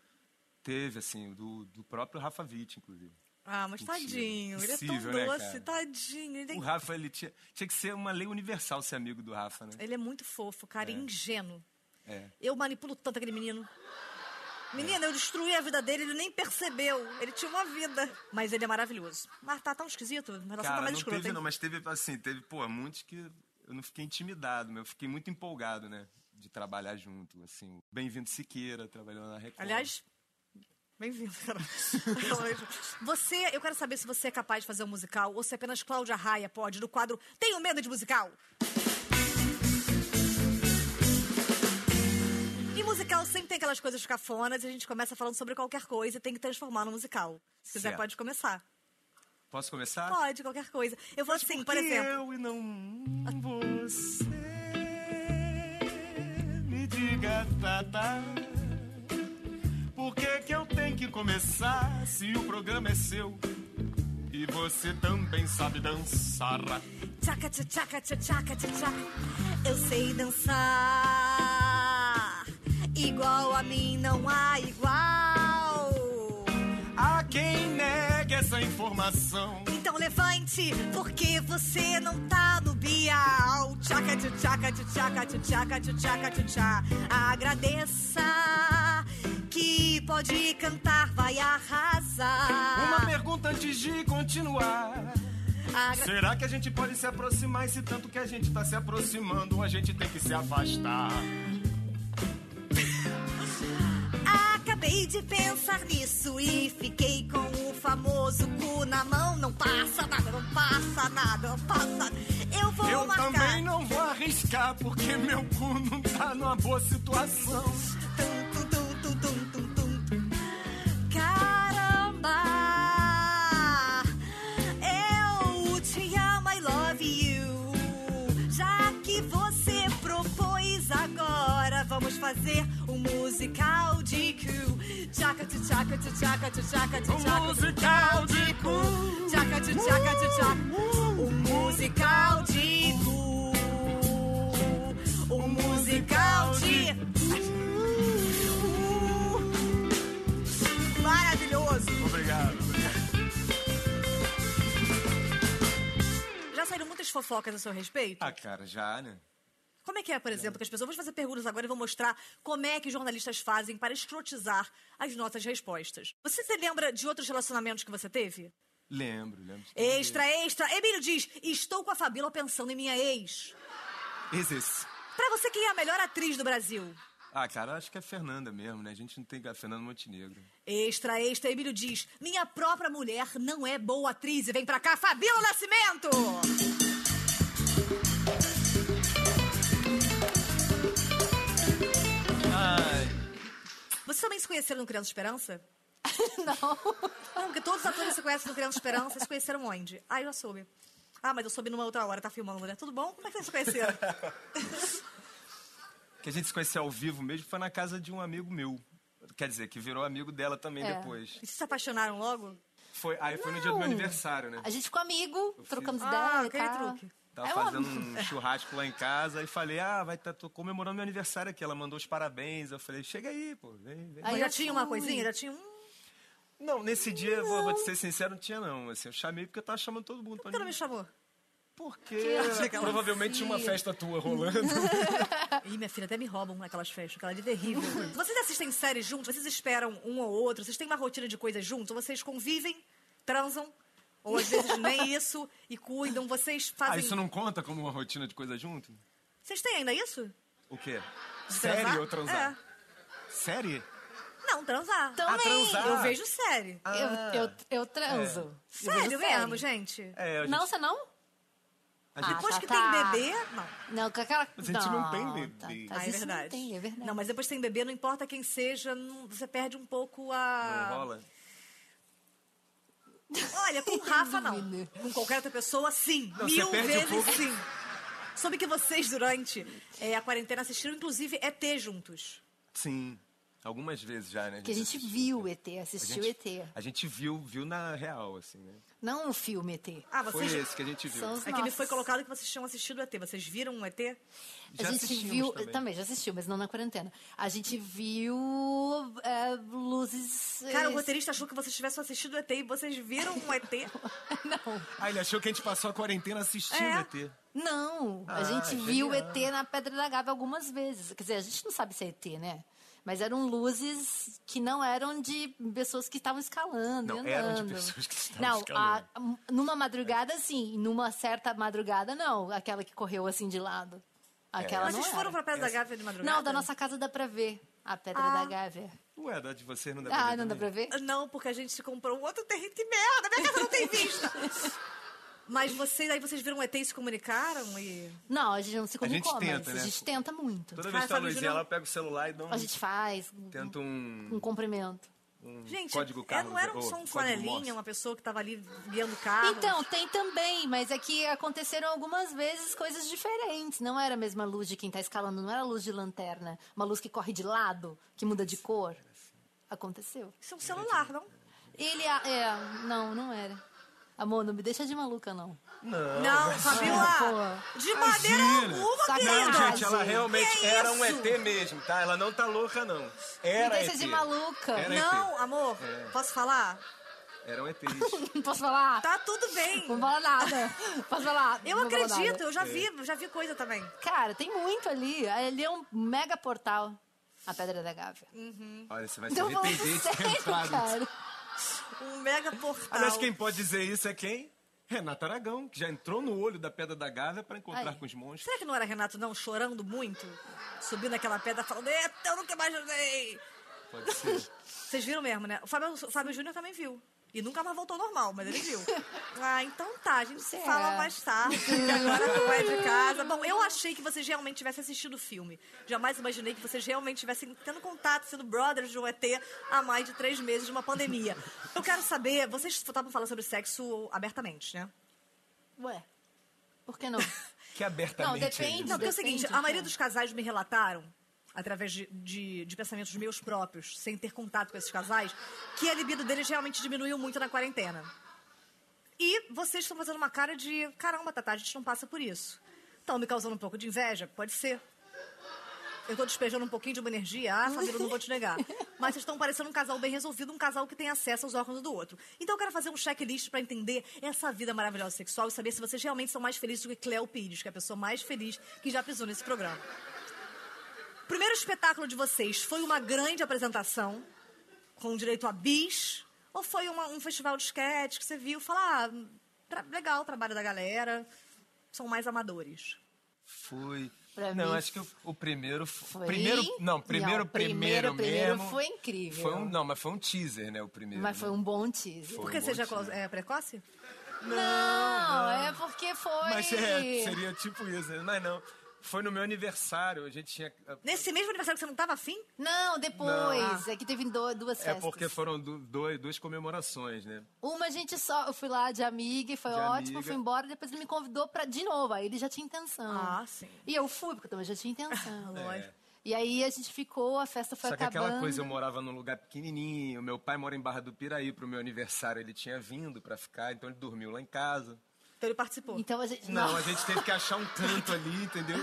Speaker 3: Teve, assim, do, do próprio Rafa Witt, inclusive.
Speaker 1: Ah, mas
Speaker 3: Mentira.
Speaker 1: tadinho, ele é tão
Speaker 3: Impossível, né,
Speaker 1: doce,
Speaker 3: cara?
Speaker 1: tadinho. Ele, tem-
Speaker 3: O Rafa, ele tinha, tinha que ser uma lei universal ser amigo do Rafa, né?
Speaker 1: ele é muito fofo, cara, e ingênuo.
Speaker 3: É.
Speaker 1: Eu manipulo tanto aquele menino. Menina, eu destruí a vida dele, ele nem percebeu. Ele tinha uma vida. Mas ele é maravilhoso. Mas tá tão esquisito, a relação tá
Speaker 3: Cara,
Speaker 1: mais
Speaker 3: não
Speaker 1: escrota.
Speaker 3: teve
Speaker 1: hein?
Speaker 3: não, mas teve, assim, teve, pô, muitos que eu não fiquei intimidado, mas eu fiquei muito empolgado, né? De trabalhar junto, assim. o Bem-vindo Siqueira, trabalhando na Record.
Speaker 1: Aliás, bem-vindo, cara. Você, eu quero saber se você é capaz de fazer um musical ou se apenas Cláudia Raia pode, no quadro Tenho Medo de Musical. E musical sempre tem aquelas coisas cafonas e a gente começa falando sobre qualquer coisa e tem que transformar no musical. Se quiser,
Speaker 3: Certo. Tá.
Speaker 1: pode começar.
Speaker 3: Posso começar?
Speaker 1: Pode, qualquer coisa. Eu vou assim, por exemplo.
Speaker 3: Eu e não você me diga, Tata, por que que eu tenho
Speaker 4: começar se o programa é seu. E você também sabe dançar.
Speaker 1: Tchaca, tchaca, tchaca, tchaca, tchaca. Eu sei dançar. Igual a mim não há igual.
Speaker 4: Há quem negue essa informação.
Speaker 1: Então levante, porque você não tá no bial. Tchaca, tchaca, tchaca, tchaca, tchaca, tchaca. Agradeça que pode cantar, vai
Speaker 4: Uma
Speaker 1: arrasar.
Speaker 4: pergunta antes de continuar.
Speaker 1: Agra-
Speaker 4: Será que a gente pode se aproximar? E se tanto que a gente tá se aproximando, a gente tem que se afastar.
Speaker 1: Acabei de pensar nisso e fiquei com o famoso cu na mão. Não passa nada, não passa nada, não passa. Eu vou
Speaker 4: Eu
Speaker 1: marcar.
Speaker 4: também não vou arriscar, porque meu cu não tá numa boa situação.
Speaker 1: Tum, tum, tum, tum, tum, tum, tum. Caramba! Eu te amo, I love you. Já que você propôs agora, vamos fazer um musical de cu. Tchaca, tchaca, tchaca, tchaca, tchaca,
Speaker 4: Um
Speaker 1: tchaca.
Speaker 4: musical de cu.
Speaker 1: Tchaca, tchaca, tchaca. O musical de cu. O musical de. cu. Maravilhoso!
Speaker 4: Obrigado.
Speaker 1: Já saíram muitas fofocas a seu respeito?
Speaker 3: Ah, cara, já, né?
Speaker 1: Como é que é, por exemplo, que as pessoas vão fazer perguntas agora e vão mostrar como é que os jornalistas fazem para escrotizar as nossas respostas? Você se lembra de outros relacionamentos que você teve?
Speaker 3: Lembro, lembro.
Speaker 1: Extra, extra. Emílio diz: Estou com a Fabíola pensando em minha ex.
Speaker 3: Esse, esse.
Speaker 1: Pra você, quem é a melhor atriz do Brasil?
Speaker 3: Ah, cara, eu acho que é Fernanda mesmo, né? A gente não tem a Fernanda Montenegro.
Speaker 1: Extra, extra, Emílio diz: Minha própria mulher não é boa atriz. E vem pra cá, Fabíola Nascimento! Vocês também se conheceram no Criança Esperança? Não. Porque todos os atores que você conhece no Criança Esperança se conheceram onde? Ah, eu já soube. Ah, mas eu soube numa outra hora, tá filmando, né? Tudo bom? Como é que vocês se conheceram?
Speaker 3: Que a gente se conheceu ao vivo mesmo foi na casa de um amigo meu. Quer dizer, que virou amigo dela também
Speaker 2: É.
Speaker 3: depois.
Speaker 1: Vocês se apaixonaram logo?
Speaker 3: Foi, aí foi no dia do meu
Speaker 2: Não.
Speaker 3: aniversário, né?
Speaker 2: A gente ficou amigo, trocamos
Speaker 1: Ah,
Speaker 2: ideia e
Speaker 1: aquele
Speaker 2: tal.
Speaker 1: truque.
Speaker 3: Tava
Speaker 2: É um
Speaker 3: fazendo
Speaker 2: amigo.
Speaker 3: um churrasco lá em casa e falei, ah, vai estar tô comemorando meu aniversário aqui. Ela mandou os parabéns. Eu falei, chega aí, pô, vem, vem.
Speaker 2: Aí
Speaker 1: Mas já
Speaker 2: eu
Speaker 1: tinha uma
Speaker 2: fui.
Speaker 1: coisinha? Já tinha um.
Speaker 3: Não, nesse dia, eu vou, vou te ser sincero, não tinha não. Assim, eu chamei porque eu tava chamando todo mundo.
Speaker 1: Por que não me chamou?
Speaker 3: Porque provavelmente tinha uma festa tua rolando.
Speaker 1: Ih, minha filha, até me roubam naquelas festas, aquela de terrível. vocês assistem séries juntos? Vocês esperam um ou outro? Vocês têm uma rotina de coisas juntos? Ou vocês convivem, transam, ou às vezes nem isso, e cuidam? Vocês
Speaker 3: Ah,
Speaker 1: fazem...
Speaker 3: isso não conta como uma rotina de coisa junto?
Speaker 1: Vocês têm ainda isso?
Speaker 3: O quê?
Speaker 1: De
Speaker 3: Série ou transar?
Speaker 1: É.
Speaker 3: Série?
Speaker 1: Não, transar.
Speaker 2: Também.
Speaker 3: Ah, transar.
Speaker 1: Eu vejo série.
Speaker 2: Então, Eu, eu, eu transo. Eu vejo
Speaker 1: Sério mesmo,
Speaker 2: série.
Speaker 1: gente?
Speaker 3: É, a gente,
Speaker 2: Não, você não?
Speaker 3: a gente-
Speaker 1: Depois
Speaker 2: tá,
Speaker 1: que
Speaker 2: tá.
Speaker 1: tem bebê... Não.
Speaker 2: Não, com aquela.
Speaker 3: Mas a gente não tem
Speaker 2: tá,
Speaker 3: bebê.
Speaker 2: tá,
Speaker 1: Ah, é
Speaker 2: isso
Speaker 1: verdade.
Speaker 2: Não tem, é verdade.
Speaker 1: Não, mas depois que tem bebê, não importa quem seja, não- você perde um pouco a...
Speaker 3: não rola.
Speaker 1: Olha, com o Rafa não. Com qualquer outra pessoa, sim.
Speaker 3: Não,
Speaker 1: Mil
Speaker 3: você perde
Speaker 1: vezes
Speaker 3: um pouco.
Speaker 1: sim. Soube que vocês, durante eh, a quarentena, assistiram, inclusive, ET juntos.
Speaker 3: Sim. Algumas vezes já, né?
Speaker 2: Porque a gente
Speaker 3: assistiu.
Speaker 2: viu o ET,
Speaker 3: A
Speaker 2: assistiu o
Speaker 3: gente-
Speaker 2: ET.
Speaker 3: A gente viu, viu na real, assim, né?
Speaker 2: Não o filme ET.
Speaker 1: Ah,
Speaker 3: Foi
Speaker 1: vocês.
Speaker 3: esse que a gente viu.
Speaker 2: São os
Speaker 1: É que me
Speaker 2: nossos.
Speaker 1: foi colocado que vocês tinham assistido o ET. Vocês viram um o ET?
Speaker 3: Já
Speaker 2: a gente
Speaker 3: assistimos
Speaker 2: viu.
Speaker 3: também.
Speaker 2: já assistiu, mas não na quarentena. A gente viu é, luzes. é,
Speaker 1: Cara, o roteirista achou que vocês tivessem assistido o ET e vocês viram o ET.
Speaker 2: Não.
Speaker 3: Ah, ele achou que a gente passou a quarentena assistindo
Speaker 1: É.
Speaker 3: ET.
Speaker 2: Não.
Speaker 3: Ah,
Speaker 2: a gente viu o
Speaker 3: genial.
Speaker 2: ET na Pedra da Gávea algumas vezes. Quer dizer, a gente não sabe se é ET, né? Mas eram luzes que não eram de pessoas que estavam escalando. e
Speaker 3: Não, eram de
Speaker 2: andando.
Speaker 3: pessoas que estavam
Speaker 2: Não,
Speaker 3: escalando.
Speaker 2: a- a- numa madrugada, sim. Numa certa madrugada, não. Aquela que correu assim de lado.
Speaker 3: É.
Speaker 2: Aquela
Speaker 1: Mas
Speaker 2: não
Speaker 1: vocês
Speaker 2: era.
Speaker 1: foram pra Pedra da Gávea de madrugada? Ah.
Speaker 2: Não, da nossa casa dá pra ver a Pedra da Gávea.
Speaker 3: Ué, da de vocês não dá pra
Speaker 2: Ah,
Speaker 3: ver
Speaker 2: não dá pra
Speaker 3: também?
Speaker 2: ver?
Speaker 1: Não, porque a gente comprou um outro terreno. Que merda! Minha casa não tem vista! Mas vocês, aí vocês viram o ET e se comunicaram e.
Speaker 2: Não, a gente não se
Speaker 3: gente
Speaker 2: comunicou,
Speaker 3: tenta,
Speaker 2: mas
Speaker 3: né?
Speaker 2: a gente tenta muito.
Speaker 3: Toda
Speaker 1: Ah,
Speaker 3: vez que tá a
Speaker 1: sabe,
Speaker 3: luzinha,
Speaker 1: Julião?
Speaker 3: ela pega o celular e dá um,
Speaker 2: A gente faz
Speaker 3: tenta um,
Speaker 2: um comprimento.
Speaker 3: um
Speaker 1: Gente,
Speaker 3: código
Speaker 1: é,
Speaker 3: carro.
Speaker 1: não era um
Speaker 3: ou
Speaker 1: som um
Speaker 3: código
Speaker 1: flanelinha,
Speaker 3: Morse.
Speaker 1: uma pessoa que tava ali guiando o carro.
Speaker 2: Então, tem também, mas é que aconteceram algumas vezes coisas diferentes. Não era a mesma luz de quem tá escalando, não era a luz de lanterna. Uma luz que corre de lado, que muda de cor. Aconteceu.
Speaker 1: Isso é um celular, não?
Speaker 2: Ele. a- É, não, não era. Amor, não me deixa de maluca, não.
Speaker 3: Ah,
Speaker 1: Não, Fabiola.
Speaker 2: pô.
Speaker 1: De maneira
Speaker 5: Imagina.
Speaker 1: alguma,
Speaker 2: Sacanagem.
Speaker 1: querida.
Speaker 2: Ah,
Speaker 3: Gente, ela
Speaker 2: gente, é
Speaker 3: realmente
Speaker 1: que
Speaker 3: era um
Speaker 1: isso?
Speaker 3: ET mesmo, tá? Ela não tá louca, não. Era
Speaker 2: me deixa
Speaker 3: ET.
Speaker 2: de maluca.
Speaker 5: Era-
Speaker 1: Não, amor,
Speaker 3: É.
Speaker 1: posso falar?
Speaker 3: um
Speaker 5: Eram ETs.
Speaker 2: Não posso falar?
Speaker 1: Tá tudo bem.
Speaker 2: Não fala nada. Posso falar?
Speaker 1: Eu
Speaker 2: Não fala nada.
Speaker 1: acredito, eu
Speaker 3: É.
Speaker 1: já vi, já vi coisa também.
Speaker 2: Cara, tem muito ali. Ali é um mega portal. A Pedra da Gávea.
Speaker 1: Hum.
Speaker 5: Olha, você vai se
Speaker 3: um
Speaker 2: Então vamos
Speaker 5: arrepender de ter
Speaker 2: sério,
Speaker 5: entrado.
Speaker 2: cara.
Speaker 1: Um mega portal.
Speaker 3: Aliás, quem pode dizer isso é quem? Renato Aragão, que já entrou no olho da Pedra da Gávea para encontrar
Speaker 2: Aí.
Speaker 3: com os monstros.
Speaker 1: Será que não era Renato, não, chorando muito? Subindo aquela pedra falando, eita, eu nunca mais joguei.
Speaker 3: Pode ser.
Speaker 1: Vocês viram mesmo, né? O Fábio, o Fábio Júnior também viu. E nunca mais voltou ao normal, mas ele viu. Ah, então tá, a gente se
Speaker 2: Será?
Speaker 1: fala mais tarde. que Agora tu é de casa. Bom, eu achei que vocês realmente tivessem assistido o filme. Jamais imaginei que vocês realmente tivessem tendo contato, sendo brothers de um ET há mais de três meses de uma pandemia. Eu quero saber, vocês estavam falando sobre sexo abertamente, né?
Speaker 2: Ué, por que não?
Speaker 3: Que abertamente.
Speaker 2: Não, depende.
Speaker 3: é isso?
Speaker 1: Não, porque é o seguinte,
Speaker 2: Depende,
Speaker 1: a maioria
Speaker 2: cara.
Speaker 1: dos casais me relataram, através de, de, de pensamentos meus próprios, sem ter contato com esses casais, que a libido deles realmente diminuiu muito na quarentena. E vocês estão fazendo uma cara de, caramba, Tatá, a gente não passa por isso. Estão me causando um pouco de inveja? Pode ser. Eu tô despejando um pouquinho de uma energia, ah, Fabíola, não vou te negar. Mas vocês estão parecendo um casal bem resolvido, um casal que tem acesso aos órgãos do outro. Então eu quero fazer um checklist pra entender essa vida maravilhosa sexual e saber se vocês realmente são mais felizes do que Cleo Pires, que é a pessoa mais feliz que já pisou nesse programa. O primeiro espetáculo de vocês foi uma grande apresentação, com direito a bis, ou foi uma- um festival de esquete que você viu e falou, ah, tra- legal o trabalho da galera, são mais amadores.
Speaker 3: Foi.
Speaker 2: Pra
Speaker 3: não,
Speaker 2: mim
Speaker 3: acho que o, o primeiro f-
Speaker 2: foi-
Speaker 3: primeiro não, primeiro
Speaker 2: Não, o
Speaker 3: primeiro,
Speaker 2: primeiro, primeiro
Speaker 3: mesmo.
Speaker 2: foi incrível.
Speaker 3: Foi um, não, mas foi um teaser, né, o primeiro.
Speaker 2: Mas foi
Speaker 3: né?
Speaker 2: um bom teaser.
Speaker 3: Foi
Speaker 1: Porque
Speaker 3: um
Speaker 1: você
Speaker 3: bom
Speaker 1: já
Speaker 3: teaser.
Speaker 1: é precoce?
Speaker 2: Não, é porque foi...
Speaker 3: Mas é, seria tipo isso, né? mas não. Foi no meu aniversário, a gente tinha é
Speaker 1: Nesse mesmo aniversário que você não tava afim?
Speaker 2: Não, depois. É que teve do- duas
Speaker 3: É
Speaker 2: festas.
Speaker 3: porque foram du- dois, duas comemorações, né?
Speaker 2: Uma a gente só... Eu fui lá de amiga e foi
Speaker 3: De
Speaker 2: ótimo,
Speaker 3: amiga.
Speaker 2: fui embora. Depois ele me convidou pra... De novo, aí ele já tinha intenção.
Speaker 1: Ah, sim. Ah,
Speaker 2: E eu fui, porque eu também já tinha intenção.
Speaker 3: É.
Speaker 1: Lógico.
Speaker 2: E aí a gente ficou, a festa foi
Speaker 3: Só que
Speaker 2: acabando.
Speaker 3: aquela coisa, eu morava num lugar pequenininho, meu pai mora em Barra do Piraí, pro meu aniversário ele tinha vindo pra ficar, então ele dormiu lá em casa.
Speaker 1: Então ele participou.
Speaker 2: Então a gente...
Speaker 3: Não, a gente teve que achar um canto ali, entendeu?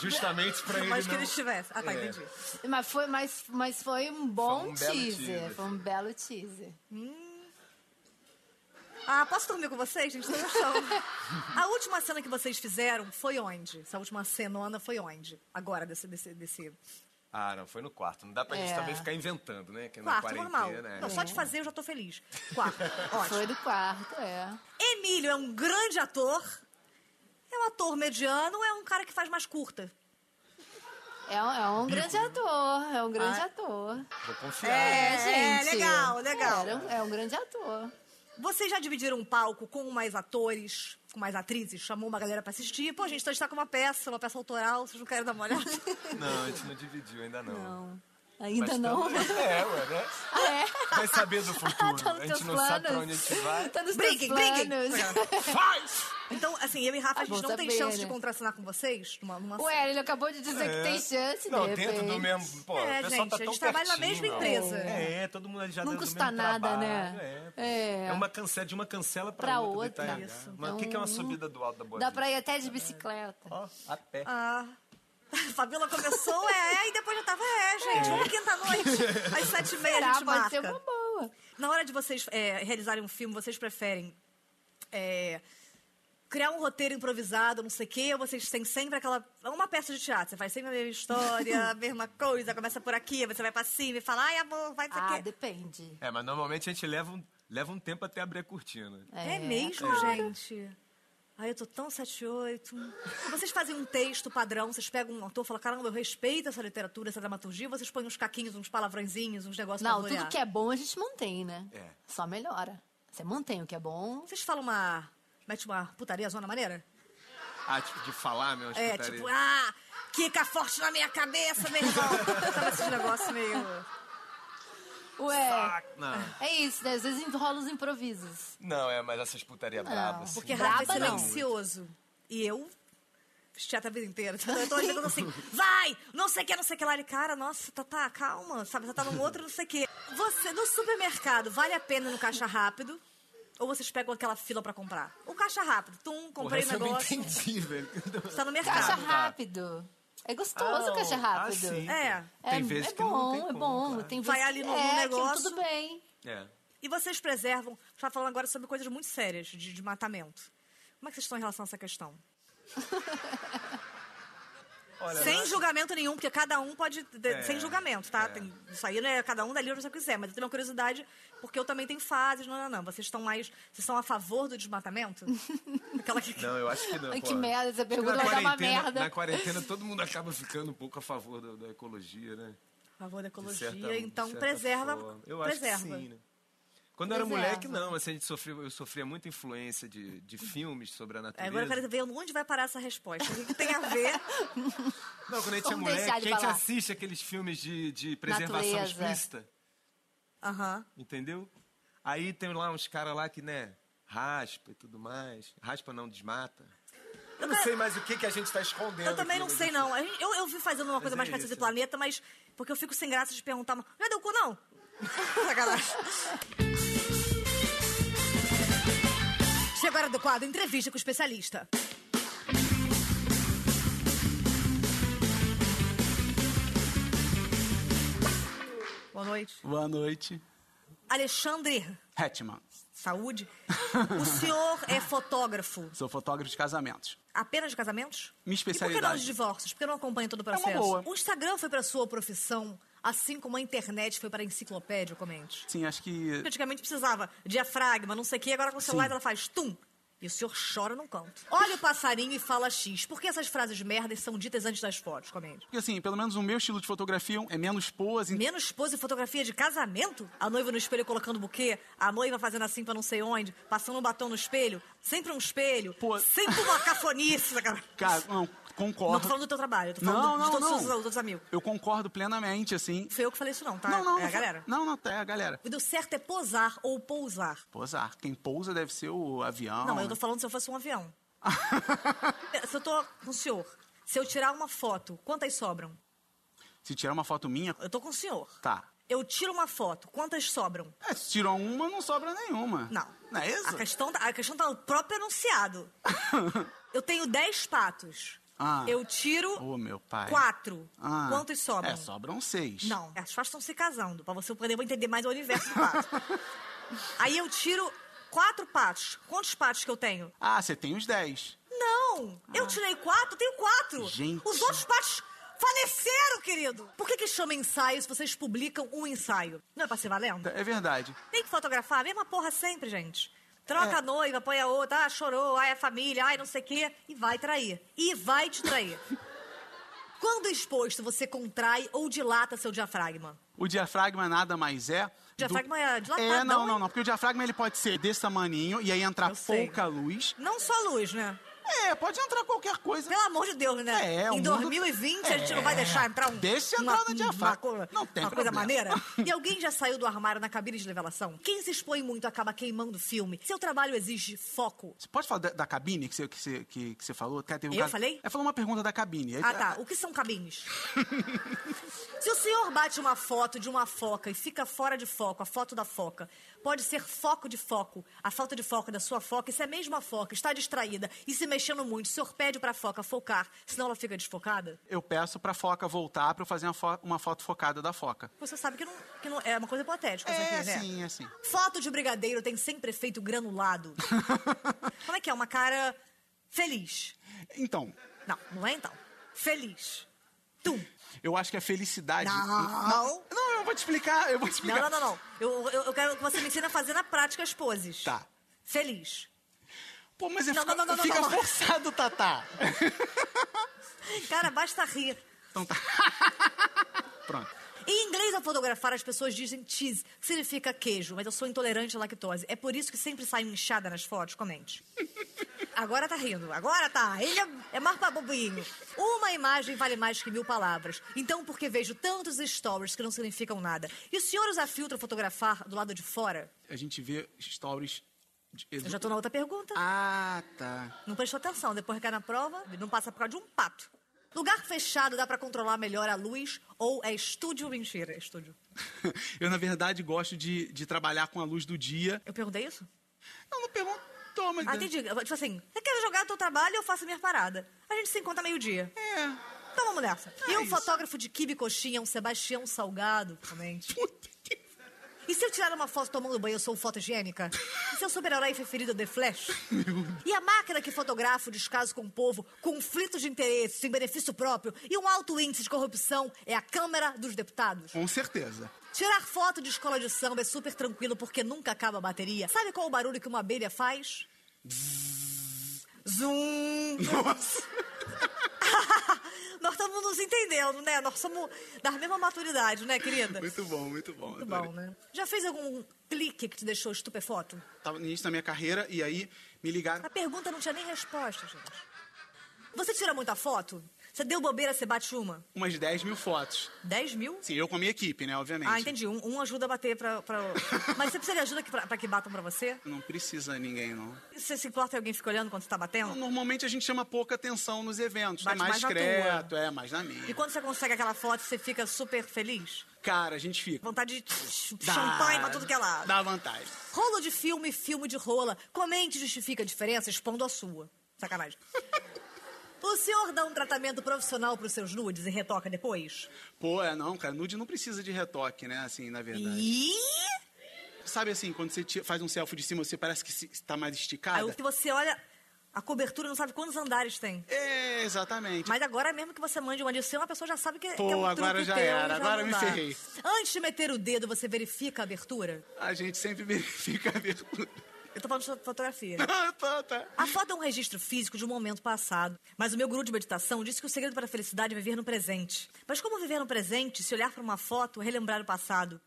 Speaker 3: Justamente pra ele
Speaker 1: Mas que
Speaker 3: não...
Speaker 1: ele estivesse. Ah, tá,
Speaker 3: É.
Speaker 1: entendi.
Speaker 2: Mas foi, mas, mas foi um bom
Speaker 3: Foi um belo
Speaker 2: teaser.
Speaker 3: teaser.
Speaker 2: Foi um belo teaser.
Speaker 1: Ah, posso dormir com vocês, gente? Tô no chão. a última cena que vocês fizeram foi onde? Essa última cenona foi onde? Agora, desse. desse, desse...
Speaker 3: Ah, não, foi no quarto. Não dá pra gente
Speaker 2: É.
Speaker 3: também ficar inventando, né? Que na
Speaker 1: Quarto,
Speaker 3: quarentena,
Speaker 1: normal.
Speaker 3: é.
Speaker 1: Não, só de fazer eu já tô feliz. Quarto,
Speaker 2: Foi
Speaker 1: ótimo.
Speaker 2: do quarto, é.
Speaker 1: Emílio é um grande ator. É um ator mediano, é um cara que faz mais curta.
Speaker 2: É um, é um grande
Speaker 3: né?
Speaker 2: ator, é um grande
Speaker 1: Ah.
Speaker 2: ator.
Speaker 3: Vou confiar.
Speaker 1: É,
Speaker 2: É, gente.
Speaker 1: legal, legal.
Speaker 2: Era um- É um, grande ator.
Speaker 1: Vocês já dividiram um palco com mais atores, com mais atrizes? Chamou uma galera pra assistir? Pô, gente, a gente tá com uma peça, uma peça autoral, vocês não querem dar uma olhada?
Speaker 3: Não, a gente não dividiu ainda não.
Speaker 2: Não,
Speaker 3: Mas
Speaker 2: ainda
Speaker 3: tá-
Speaker 2: não.
Speaker 3: É, ué, né? Vai saber do futuro.
Speaker 2: Tá nos
Speaker 3: a
Speaker 2: teus
Speaker 3: gente não sabe pra onde a
Speaker 2: planos.
Speaker 3: gente vai. É.
Speaker 2: Tá nos teus
Speaker 1: Briguem, briguem!
Speaker 2: planos.
Speaker 3: Faz!
Speaker 1: Então, assim, eu e Rafa, a
Speaker 2: É
Speaker 1: gente
Speaker 2: bom
Speaker 1: não tem
Speaker 2: saber,
Speaker 1: chance de
Speaker 2: né?
Speaker 1: contracenar com vocês numa, numa
Speaker 2: Ué, ele acabou de dizer É que tem chance,
Speaker 3: É. Não,
Speaker 2: de
Speaker 3: dentro do
Speaker 2: repente.
Speaker 3: mesmo. Pô,
Speaker 1: É,
Speaker 3: o pessoal
Speaker 1: gente,
Speaker 3: tá
Speaker 1: a
Speaker 3: tão
Speaker 1: gente trabalha na
Speaker 3: pertinho,
Speaker 1: mesma
Speaker 3: ó.
Speaker 1: empresa.
Speaker 3: É, é, todo mundo ali já
Speaker 2: Não
Speaker 3: dentro do
Speaker 2: custa
Speaker 3: mesmo
Speaker 2: nada,
Speaker 3: trabalho,
Speaker 2: né?
Speaker 3: É.
Speaker 2: É.
Speaker 3: é uma cancela de uma cancela pra,
Speaker 2: Pra
Speaker 3: do
Speaker 2: outra. Então,
Speaker 3: ITH.
Speaker 1: Isso.
Speaker 3: Mas o que, que é uma subida do alto da boa
Speaker 2: Dá
Speaker 3: Vista?
Speaker 2: pra ir até de bicicleta.
Speaker 3: Ó, a pé.
Speaker 1: Ah. A Fabiola começou, é, é, e depois já tava, é, gente, vamos quinta-noite, às sete e meia a
Speaker 2: Será?
Speaker 1: gente
Speaker 2: Ah, Pode
Speaker 1: marca.
Speaker 2: ser uma boa.
Speaker 1: Na hora de vocês é, realizarem um filme, vocês preferem é, criar um roteiro improvisado, não sei o quê, ou vocês têm sempre aquela. é uma peça de teatro, você faz sempre a mesma história, a mesma coisa, começa por aqui, você vai pra cima e fala, ai amor, vai pra
Speaker 2: Ah,
Speaker 1: quê?
Speaker 2: depende.
Speaker 3: É, mas normalmente a gente leva um, leva um tempo até abrir a cortina.
Speaker 1: É, mesmo, gente? Ai, eu tô tão 78. Vocês fazem um texto padrão, vocês pegam um autor e falam, caramba, eu respeito essa literatura, essa dramaturgia, ou vocês põem uns caquinhos, uns palavrõezinhos, uns negócios
Speaker 2: Não,
Speaker 1: pra
Speaker 2: tudo
Speaker 1: florear?
Speaker 2: que é bom a gente mantém, né?
Speaker 3: É.
Speaker 2: Só melhora. Você mantém o que é bom.
Speaker 1: Vocês falam uma... Mete uma putaria zona maneira?
Speaker 3: Ah, tipo, de falar, meu
Speaker 1: É, tipo, ah, quica forte na minha cabeça, meu irmão. Sabe esses negócios meio.
Speaker 2: Ué,
Speaker 3: Não,
Speaker 2: é isso, né? Às vezes enrola os improvisos.
Speaker 3: não, é, mas essas putaria brabas.
Speaker 1: Porque
Speaker 3: assim,
Speaker 1: Rafa é
Speaker 2: Braba não.
Speaker 1: silencioso. E eu. fiz Teatro a vida inteira. Então eu tô jogando assim, vai! Não sei o que, não sei o que lá. Ele, cara, nossa, tá, tá, calma. Sabe, você tá num outro, não sei o que. Você, no supermercado, vale a pena no caixa rápido? Ou vocês pegam aquela fila pra comprar? O caixa rápido. Tum,
Speaker 6: Porra,
Speaker 1: comprei o
Speaker 6: essa eu não
Speaker 1: negócio.
Speaker 6: entendi, velho.
Speaker 1: Está no
Speaker 3: Tá,
Speaker 1: mercado.
Speaker 2: Caixa rápido. É gostoso o caixa
Speaker 6: Ah,
Speaker 2: rápido.
Speaker 6: sim.
Speaker 1: É.
Speaker 2: É,
Speaker 6: Tem vezes
Speaker 2: é
Speaker 6: que
Speaker 2: bom,
Speaker 6: não tem
Speaker 2: é
Speaker 6: como,
Speaker 2: bom.
Speaker 6: claro.
Speaker 2: Tem
Speaker 1: Vai
Speaker 2: vezes
Speaker 1: ali
Speaker 2: que-
Speaker 1: no- no
Speaker 2: é, que
Speaker 1: negócio.
Speaker 2: tudo bem.
Speaker 6: É.
Speaker 1: E vocês preservam. A gente tá falando agora sobre coisas muito sérias, de, de matamento. Como é que vocês estão em relação a essa questão?
Speaker 6: Olha,
Speaker 1: sem
Speaker 6: mas-
Speaker 1: julgamento nenhum, porque cada um pode. de-
Speaker 6: É,
Speaker 1: sem julgamento, tá?
Speaker 6: é.
Speaker 1: Tem, isso aí, né? Cada um dá livre o que quiser. Mas eu tenho uma curiosidade, porque eu também tenho fases. Não, não, não. Vocês estão mais. Vocês são a favor do desmatamento? Aquela que.
Speaker 6: Não, eu acho que não.
Speaker 2: Ai,
Speaker 6: pô.
Speaker 2: que merda, essa
Speaker 6: Acho que
Speaker 2: pergunta
Speaker 6: na
Speaker 2: vai dar uma
Speaker 6: quarentena-
Speaker 2: merda.
Speaker 6: Na quarentena todo mundo acaba ficando um pouco a favor da, da ecologia, né?
Speaker 1: A favor da
Speaker 6: De
Speaker 1: ecologia.
Speaker 6: certa- de
Speaker 1: então
Speaker 6: certa
Speaker 1: preserva.
Speaker 6: forma. Eu
Speaker 1: preserva.
Speaker 6: acho que sim, né? Quando eu era
Speaker 2: Preserva.
Speaker 6: moleque, não, assim, a gente sofreu, eu sofria muita influência de, de filmes sobre a
Speaker 1: É,
Speaker 6: natureza.
Speaker 1: Agora eu quero ver onde vai parar essa resposta. O que que tem a ver?
Speaker 6: Não, quando a gente é
Speaker 2: Vamos
Speaker 6: moleque,
Speaker 2: deixar
Speaker 6: a
Speaker 2: ele
Speaker 6: gente
Speaker 2: falar.
Speaker 6: assiste aqueles filmes de, de preservação
Speaker 2: Natureza.
Speaker 6: explícita,
Speaker 1: Aham.
Speaker 6: entendeu? Aí tem lá uns caras lá que, né, raspa e tudo mais. Raspa não, desmata. Eu não sei mais o que, que a gente tá escondendo.
Speaker 1: Eu também
Speaker 6: aqui,
Speaker 1: não
Speaker 6: mas
Speaker 1: sei,
Speaker 6: enfim.
Speaker 1: não. A gente- Eu, eu vi fazendo uma coisa
Speaker 6: é
Speaker 1: mais Cacete do
Speaker 6: isso.
Speaker 1: Planeta, mas. Porque eu fico sem graça de perguntar. mas Não é deu cu, não? Sacanagem. Chega a hora do quadro Entrevista com o Especialista. Boa noite.
Speaker 7: Boa noite.
Speaker 1: Alexandre,
Speaker 7: Hetman.
Speaker 1: saúde. O senhor é fotógrafo
Speaker 7: Sou fotógrafo de casamentos.
Speaker 1: apenas de casamentos?
Speaker 7: Minha
Speaker 1: E por que não
Speaker 7: especialidade. É
Speaker 1: de divórcios? Porque eu não acompanho todo o processo.
Speaker 7: boa.
Speaker 1: O Instagram foi pra sua profissão, assim como a internet foi pra enciclopédia, comente.
Speaker 7: Sim, acho que.
Speaker 1: Porque Antigamente precisava diafragma, não sei o quê, agora com o celular ela faz tum. E o senhor chora num canto. Olha o passarinho e fala X. Por que essas frases merdas são ditas antes das fotos? Comente.
Speaker 7: Porque assim, pelo menos o meu estilo de fotografia é menos pose.
Speaker 1: Menos pose e fotografia de casamento? A noiva no espelho colocando buquê, a noiva fazendo assim pra não sei onde, passando um batom no espelho, sempre um espelho,
Speaker 7: Pô.
Speaker 1: sempre uma cafonice. cara.
Speaker 7: Cara, não,
Speaker 1: Não tô
Speaker 7: concordo.
Speaker 1: falando do teu trabalho, eu tô falando
Speaker 7: Não,
Speaker 1: de
Speaker 7: não,
Speaker 1: todos
Speaker 7: não.
Speaker 1: os seus outros amigos.
Speaker 7: Eu concordo plenamente, assim.
Speaker 1: Foi eu que falei isso não, tá?
Speaker 7: Não, não,
Speaker 1: É,
Speaker 7: não.
Speaker 1: galera.
Speaker 7: Não, não, é a galera.
Speaker 1: O do certo é posar ou pousar.
Speaker 7: Pousar. Quem pousa deve ser o avião.
Speaker 1: Não, mas eu
Speaker 7: né?
Speaker 1: tô falando se eu fosse um avião. É, se eu tô com o senhor, se eu tirar uma foto, quantas sobram?
Speaker 7: Se tirar uma foto minha,
Speaker 1: Eu tô com o senhor.
Speaker 7: tá.
Speaker 1: Eu tiro uma foto, quantas sobram?
Speaker 7: É, se tirou uma, não sobra nenhuma.
Speaker 1: Não.
Speaker 7: Não é isso?
Speaker 1: A questão, tá- a questão tá no próprio enunciado. eu tenho 10 patos.
Speaker 7: Ah.
Speaker 1: Eu tiro
Speaker 7: Ô, meu pai.
Speaker 1: quatro.
Speaker 7: Ah.
Speaker 1: Quantos sobram?
Speaker 7: É, sobram seis.
Speaker 1: Não, É, as faixas estão se casando, pra você poder entender mais o universo do pato. Aí eu tiro quatro patos. Quantos patos que eu tenho?
Speaker 7: Ah, você tem os dez.
Speaker 1: Não! Eu tirei quatro, tenho quatro!
Speaker 7: Gente.
Speaker 1: Os outros patos faleceram, querido! Por que, que chama ensaio se vocês publicam um ensaio? Não é pra ser valendo?
Speaker 7: É verdade.
Speaker 1: Tem que fotografar a mesma porra sempre, gente. Troca a noiva, põe a outra, ah, chorou, ai, a família, ai, não sei o quê, e vai trair. E vai te trair. Quando exposto, você contrai ou dilata seu diafragma?
Speaker 7: O diafragma nada mais é.
Speaker 1: Diafragma é dilatadão,
Speaker 7: É, não,
Speaker 1: hein?
Speaker 7: não, não. Porque o diafragma ele pode ser desse tamaninho e aí entrar
Speaker 1: Eu sei.
Speaker 7: pouca luz.
Speaker 1: Não só a luz, né?
Speaker 7: É, pode entrar qualquer coisa.
Speaker 1: Pelo amor de Deus, né?
Speaker 7: É, o
Speaker 1: em
Speaker 7: mundo- É,
Speaker 1: 2020 a gente não vai deixar entrar um.
Speaker 7: Deixa entrar no dia
Speaker 1: uma,
Speaker 7: fraco.
Speaker 1: co-
Speaker 7: Não tem
Speaker 1: Uma coisa
Speaker 7: problema.
Speaker 1: maneira. E alguém já saiu do armário na cabine de revelação? Quem se expõe muito acaba queimando o filme. Seu trabalho exige foco.
Speaker 7: Você pode falar da, da cabine que você, que você, que, que você falou? Cara, teve um
Speaker 1: Eu
Speaker 7: caso-
Speaker 1: falei?
Speaker 7: É, falou uma pergunta da cabine. Aí-
Speaker 1: Ah, tá. O que são cabines? se o senhor bate uma foto de uma foca e fica fora de foco, a foto da foca, pode ser foco de foco, a falta de foco da sua foca, e se a mesma foca está distraída e se mexendo muito, o senhor pede pra foca focar, senão ela fica desfocada?
Speaker 7: Eu peço pra foca voltar pra eu fazer uma, fo- uma foto focada da foca.
Speaker 1: Você sabe que não, que não é uma coisa hipotética, isso
Speaker 7: É,
Speaker 1: aqui, né?
Speaker 7: assim, é assim.
Speaker 1: Foto de brigadeiro tem sempre efeito granulado. Como é que é? Uma cara feliz.
Speaker 7: Então,
Speaker 1: Não, não é então. Feliz. Tum.
Speaker 7: eu acho que a felicidade.
Speaker 1: Não.
Speaker 7: Não, eu vou te explicar, eu vou te
Speaker 1: Não,
Speaker 7: explicar.
Speaker 1: não, não, não. Eu, eu, eu quero que você me ensine a fazer na prática as poses.
Speaker 7: Tá.
Speaker 1: Feliz.
Speaker 7: Pô, mas é
Speaker 1: Não,
Speaker 7: fica,
Speaker 1: não, não, não,
Speaker 7: fica
Speaker 1: não.
Speaker 7: forçado, Tatá.
Speaker 1: Cara, basta rir.
Speaker 7: Então tá. Pronto.
Speaker 1: Em inglês, ao fotografar, as pessoas dizem cheese, que significa queijo, mas eu sou intolerante à lactose. É por isso que sempre saio inchada nas fotos? Comente. Agora tá rindo, agora tá. Ele é, é mais pra bobinho. Uma imagem vale mais que mil palavras. Então, por que vejo tantos stories que não significam nada? E o senhor usa filtro ao fotografar do lado de fora?
Speaker 7: A gente vê stories. de-
Speaker 1: Eu já tô na outra pergunta.
Speaker 7: Ah, tá.
Speaker 1: Não prestou atenção, depois cai na prova, não passa por causa de um pato. Lugar fechado dá pra controlar melhor a luz ou é estúdio? Mentira, é estúdio.
Speaker 7: Eu, na verdade, gosto de, de trabalhar com a luz do dia.
Speaker 1: Eu perguntei isso?
Speaker 7: Não, não perguntou, mas...
Speaker 1: Ah, entendi. Eu- Tipo assim, eu quero jogar o teu trabalho, eu faço a minha parada. A gente se encontra meio-dia.
Speaker 7: É.
Speaker 1: Então vamos nessa. e um
Speaker 7: isso.
Speaker 1: fotógrafo de kibe coxinha, um Sebastião Salgado, realmente.
Speaker 7: Puta que...
Speaker 1: E se eu tirar uma foto tomando banho, eu sou um fotogênica? E se eu super-herói foi ferido The Flash? E a máquina que fotografa o descaso com o povo, conflitos de interesses em benefício próprio e um alto índice de corrupção é a Câmara dos Deputados?
Speaker 7: Com certeza.
Speaker 1: Tirar foto de escola de samba é super tranquilo porque nunca acaba a bateria. Sabe qual o barulho que uma abelha faz? Zum!
Speaker 7: Nossa.
Speaker 1: Nós estamos nos entendendo, né? Nós somos da mesma maturidade, né, querida? Muito
Speaker 7: Muito bom, muito bom. adorei.
Speaker 1: bom, né? Já fez algum clique que te deixou estupefato?
Speaker 7: Tava no início da minha carreira e aí me ligaram.
Speaker 1: A pergunta não tinha nem resposta, gente. Você tira muita foto? Você deu bobeira, você bate uma?
Speaker 7: Umas 10 mil fotos.
Speaker 1: 10 mil?
Speaker 7: Sim, eu com a minha equipe, né? Obviamente.
Speaker 1: Ah, entendi. Um, um ajuda a bater pra... pra... Mas você precisa de ajuda que- pra, pra que batam pra você?
Speaker 7: Não precisa ninguém, não. Então,
Speaker 1: Você se importa e alguém fica olhando quando você tá batendo?
Speaker 7: Normalmente a gente chama pouca atenção nos eventos.
Speaker 1: Bate
Speaker 7: é mais
Speaker 1: mais na
Speaker 7: discreto, é mais na minha.
Speaker 1: E quando você consegue aquela foto, você fica super feliz?
Speaker 7: Cara, a gente fica.
Speaker 1: Vontade de tch,
Speaker 7: Dá-
Speaker 1: champanhe pra tudo que é lado.
Speaker 7: Dá vantagem.
Speaker 1: Rolo de filme, filme de rola. Comente e justifique a diferença expondo a sua. Sacanagem. O senhor dá um tratamento profissional pros seus nudes e retoca depois?
Speaker 7: Pô, é não, cara. Nude não precisa de retoque, né? Assim, na verdade.
Speaker 1: E...
Speaker 7: Sabe assim, quando você ti- faz um selfie de cima, você parece que se- tá mais
Speaker 1: Aí
Speaker 7: esticada?
Speaker 1: o que você olha, a cobertura não sabe quantos andares tem.
Speaker 7: É, exatamente.
Speaker 1: Mas agora é mesmo que você mande uma de cima, a pessoa já sabe que, que é um
Speaker 7: Pô, agora
Speaker 1: truque
Speaker 7: já
Speaker 1: teu,
Speaker 7: era,
Speaker 1: já
Speaker 7: agora
Speaker 1: não
Speaker 7: me
Speaker 1: dá.
Speaker 7: ferrei.
Speaker 1: Antes de meter o dedo, você verifica a abertura?
Speaker 7: A gente sempre verifica a abertura.
Speaker 1: Eu tô falando de fotografia.
Speaker 7: tá, tá.
Speaker 1: A foto é um registro físico de um momento passado, mas o meu guru de meditação disse que o segredo para a felicidade é viver no presente. Mas como viver no presente se olhar para uma foto é relembrar o passado?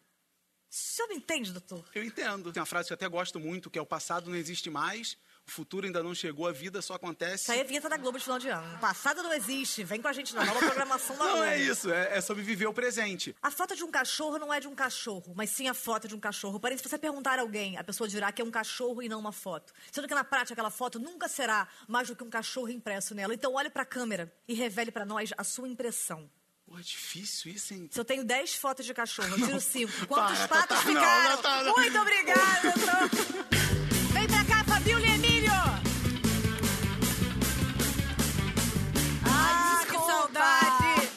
Speaker 1: O senhor me entende, doutor?
Speaker 7: Eu entendo. Tem uma frase que eu até gosto muito, que é o passado não existe mais, o futuro ainda não chegou, a vida só acontece.
Speaker 1: Isso aí é a vinheta da Globo de final de ano. O Passado não existe, vem com a gente na nova programação da
Speaker 7: Não
Speaker 1: Globo.
Speaker 7: é isso, é, é sobre viver o presente.
Speaker 1: A foto de um cachorro não é de um cachorro, mas sim a foto de um cachorro. Porém, se você perguntar a alguém, a pessoa dirá que é um cachorro e não uma foto. Sendo que na prática aquela foto nunca será mais do que um cachorro impresso nela. Então olhe para a câmera e revele para nós a sua impressão.
Speaker 7: Pô, é difícil isso, hein?
Speaker 1: Se eu tenho 10 fotos de cachorro, eu tiro 5. Quantos
Speaker 7: Para,
Speaker 1: patos
Speaker 7: Tatá, não,
Speaker 1: ficaram?
Speaker 7: Tatá, não.
Speaker 1: Muito obrigada, doutor. Vem pra cá, Fabíola e Emílio. Ah, que saudade.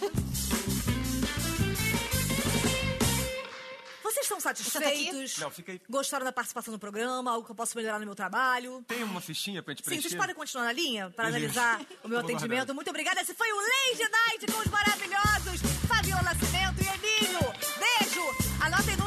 Speaker 1: Vocês estão satisfeitos?
Speaker 3: Não, fica aí.
Speaker 1: Gostaram da participação no programa? Algo que eu posso melhorar no meu trabalho?
Speaker 3: Tem uma fichinha pra
Speaker 1: Sim,
Speaker 3: gente preencher?
Speaker 1: vocês podem continuar na linha para
Speaker 3: Beleza.
Speaker 1: analisar o meu
Speaker 3: Vou
Speaker 1: atendimento.
Speaker 3: guardar.
Speaker 1: Muito obrigada. Esse foi o Lady Night com os maravilhosos Fabiola Nascimento e Emílio. Beijo. Anotem um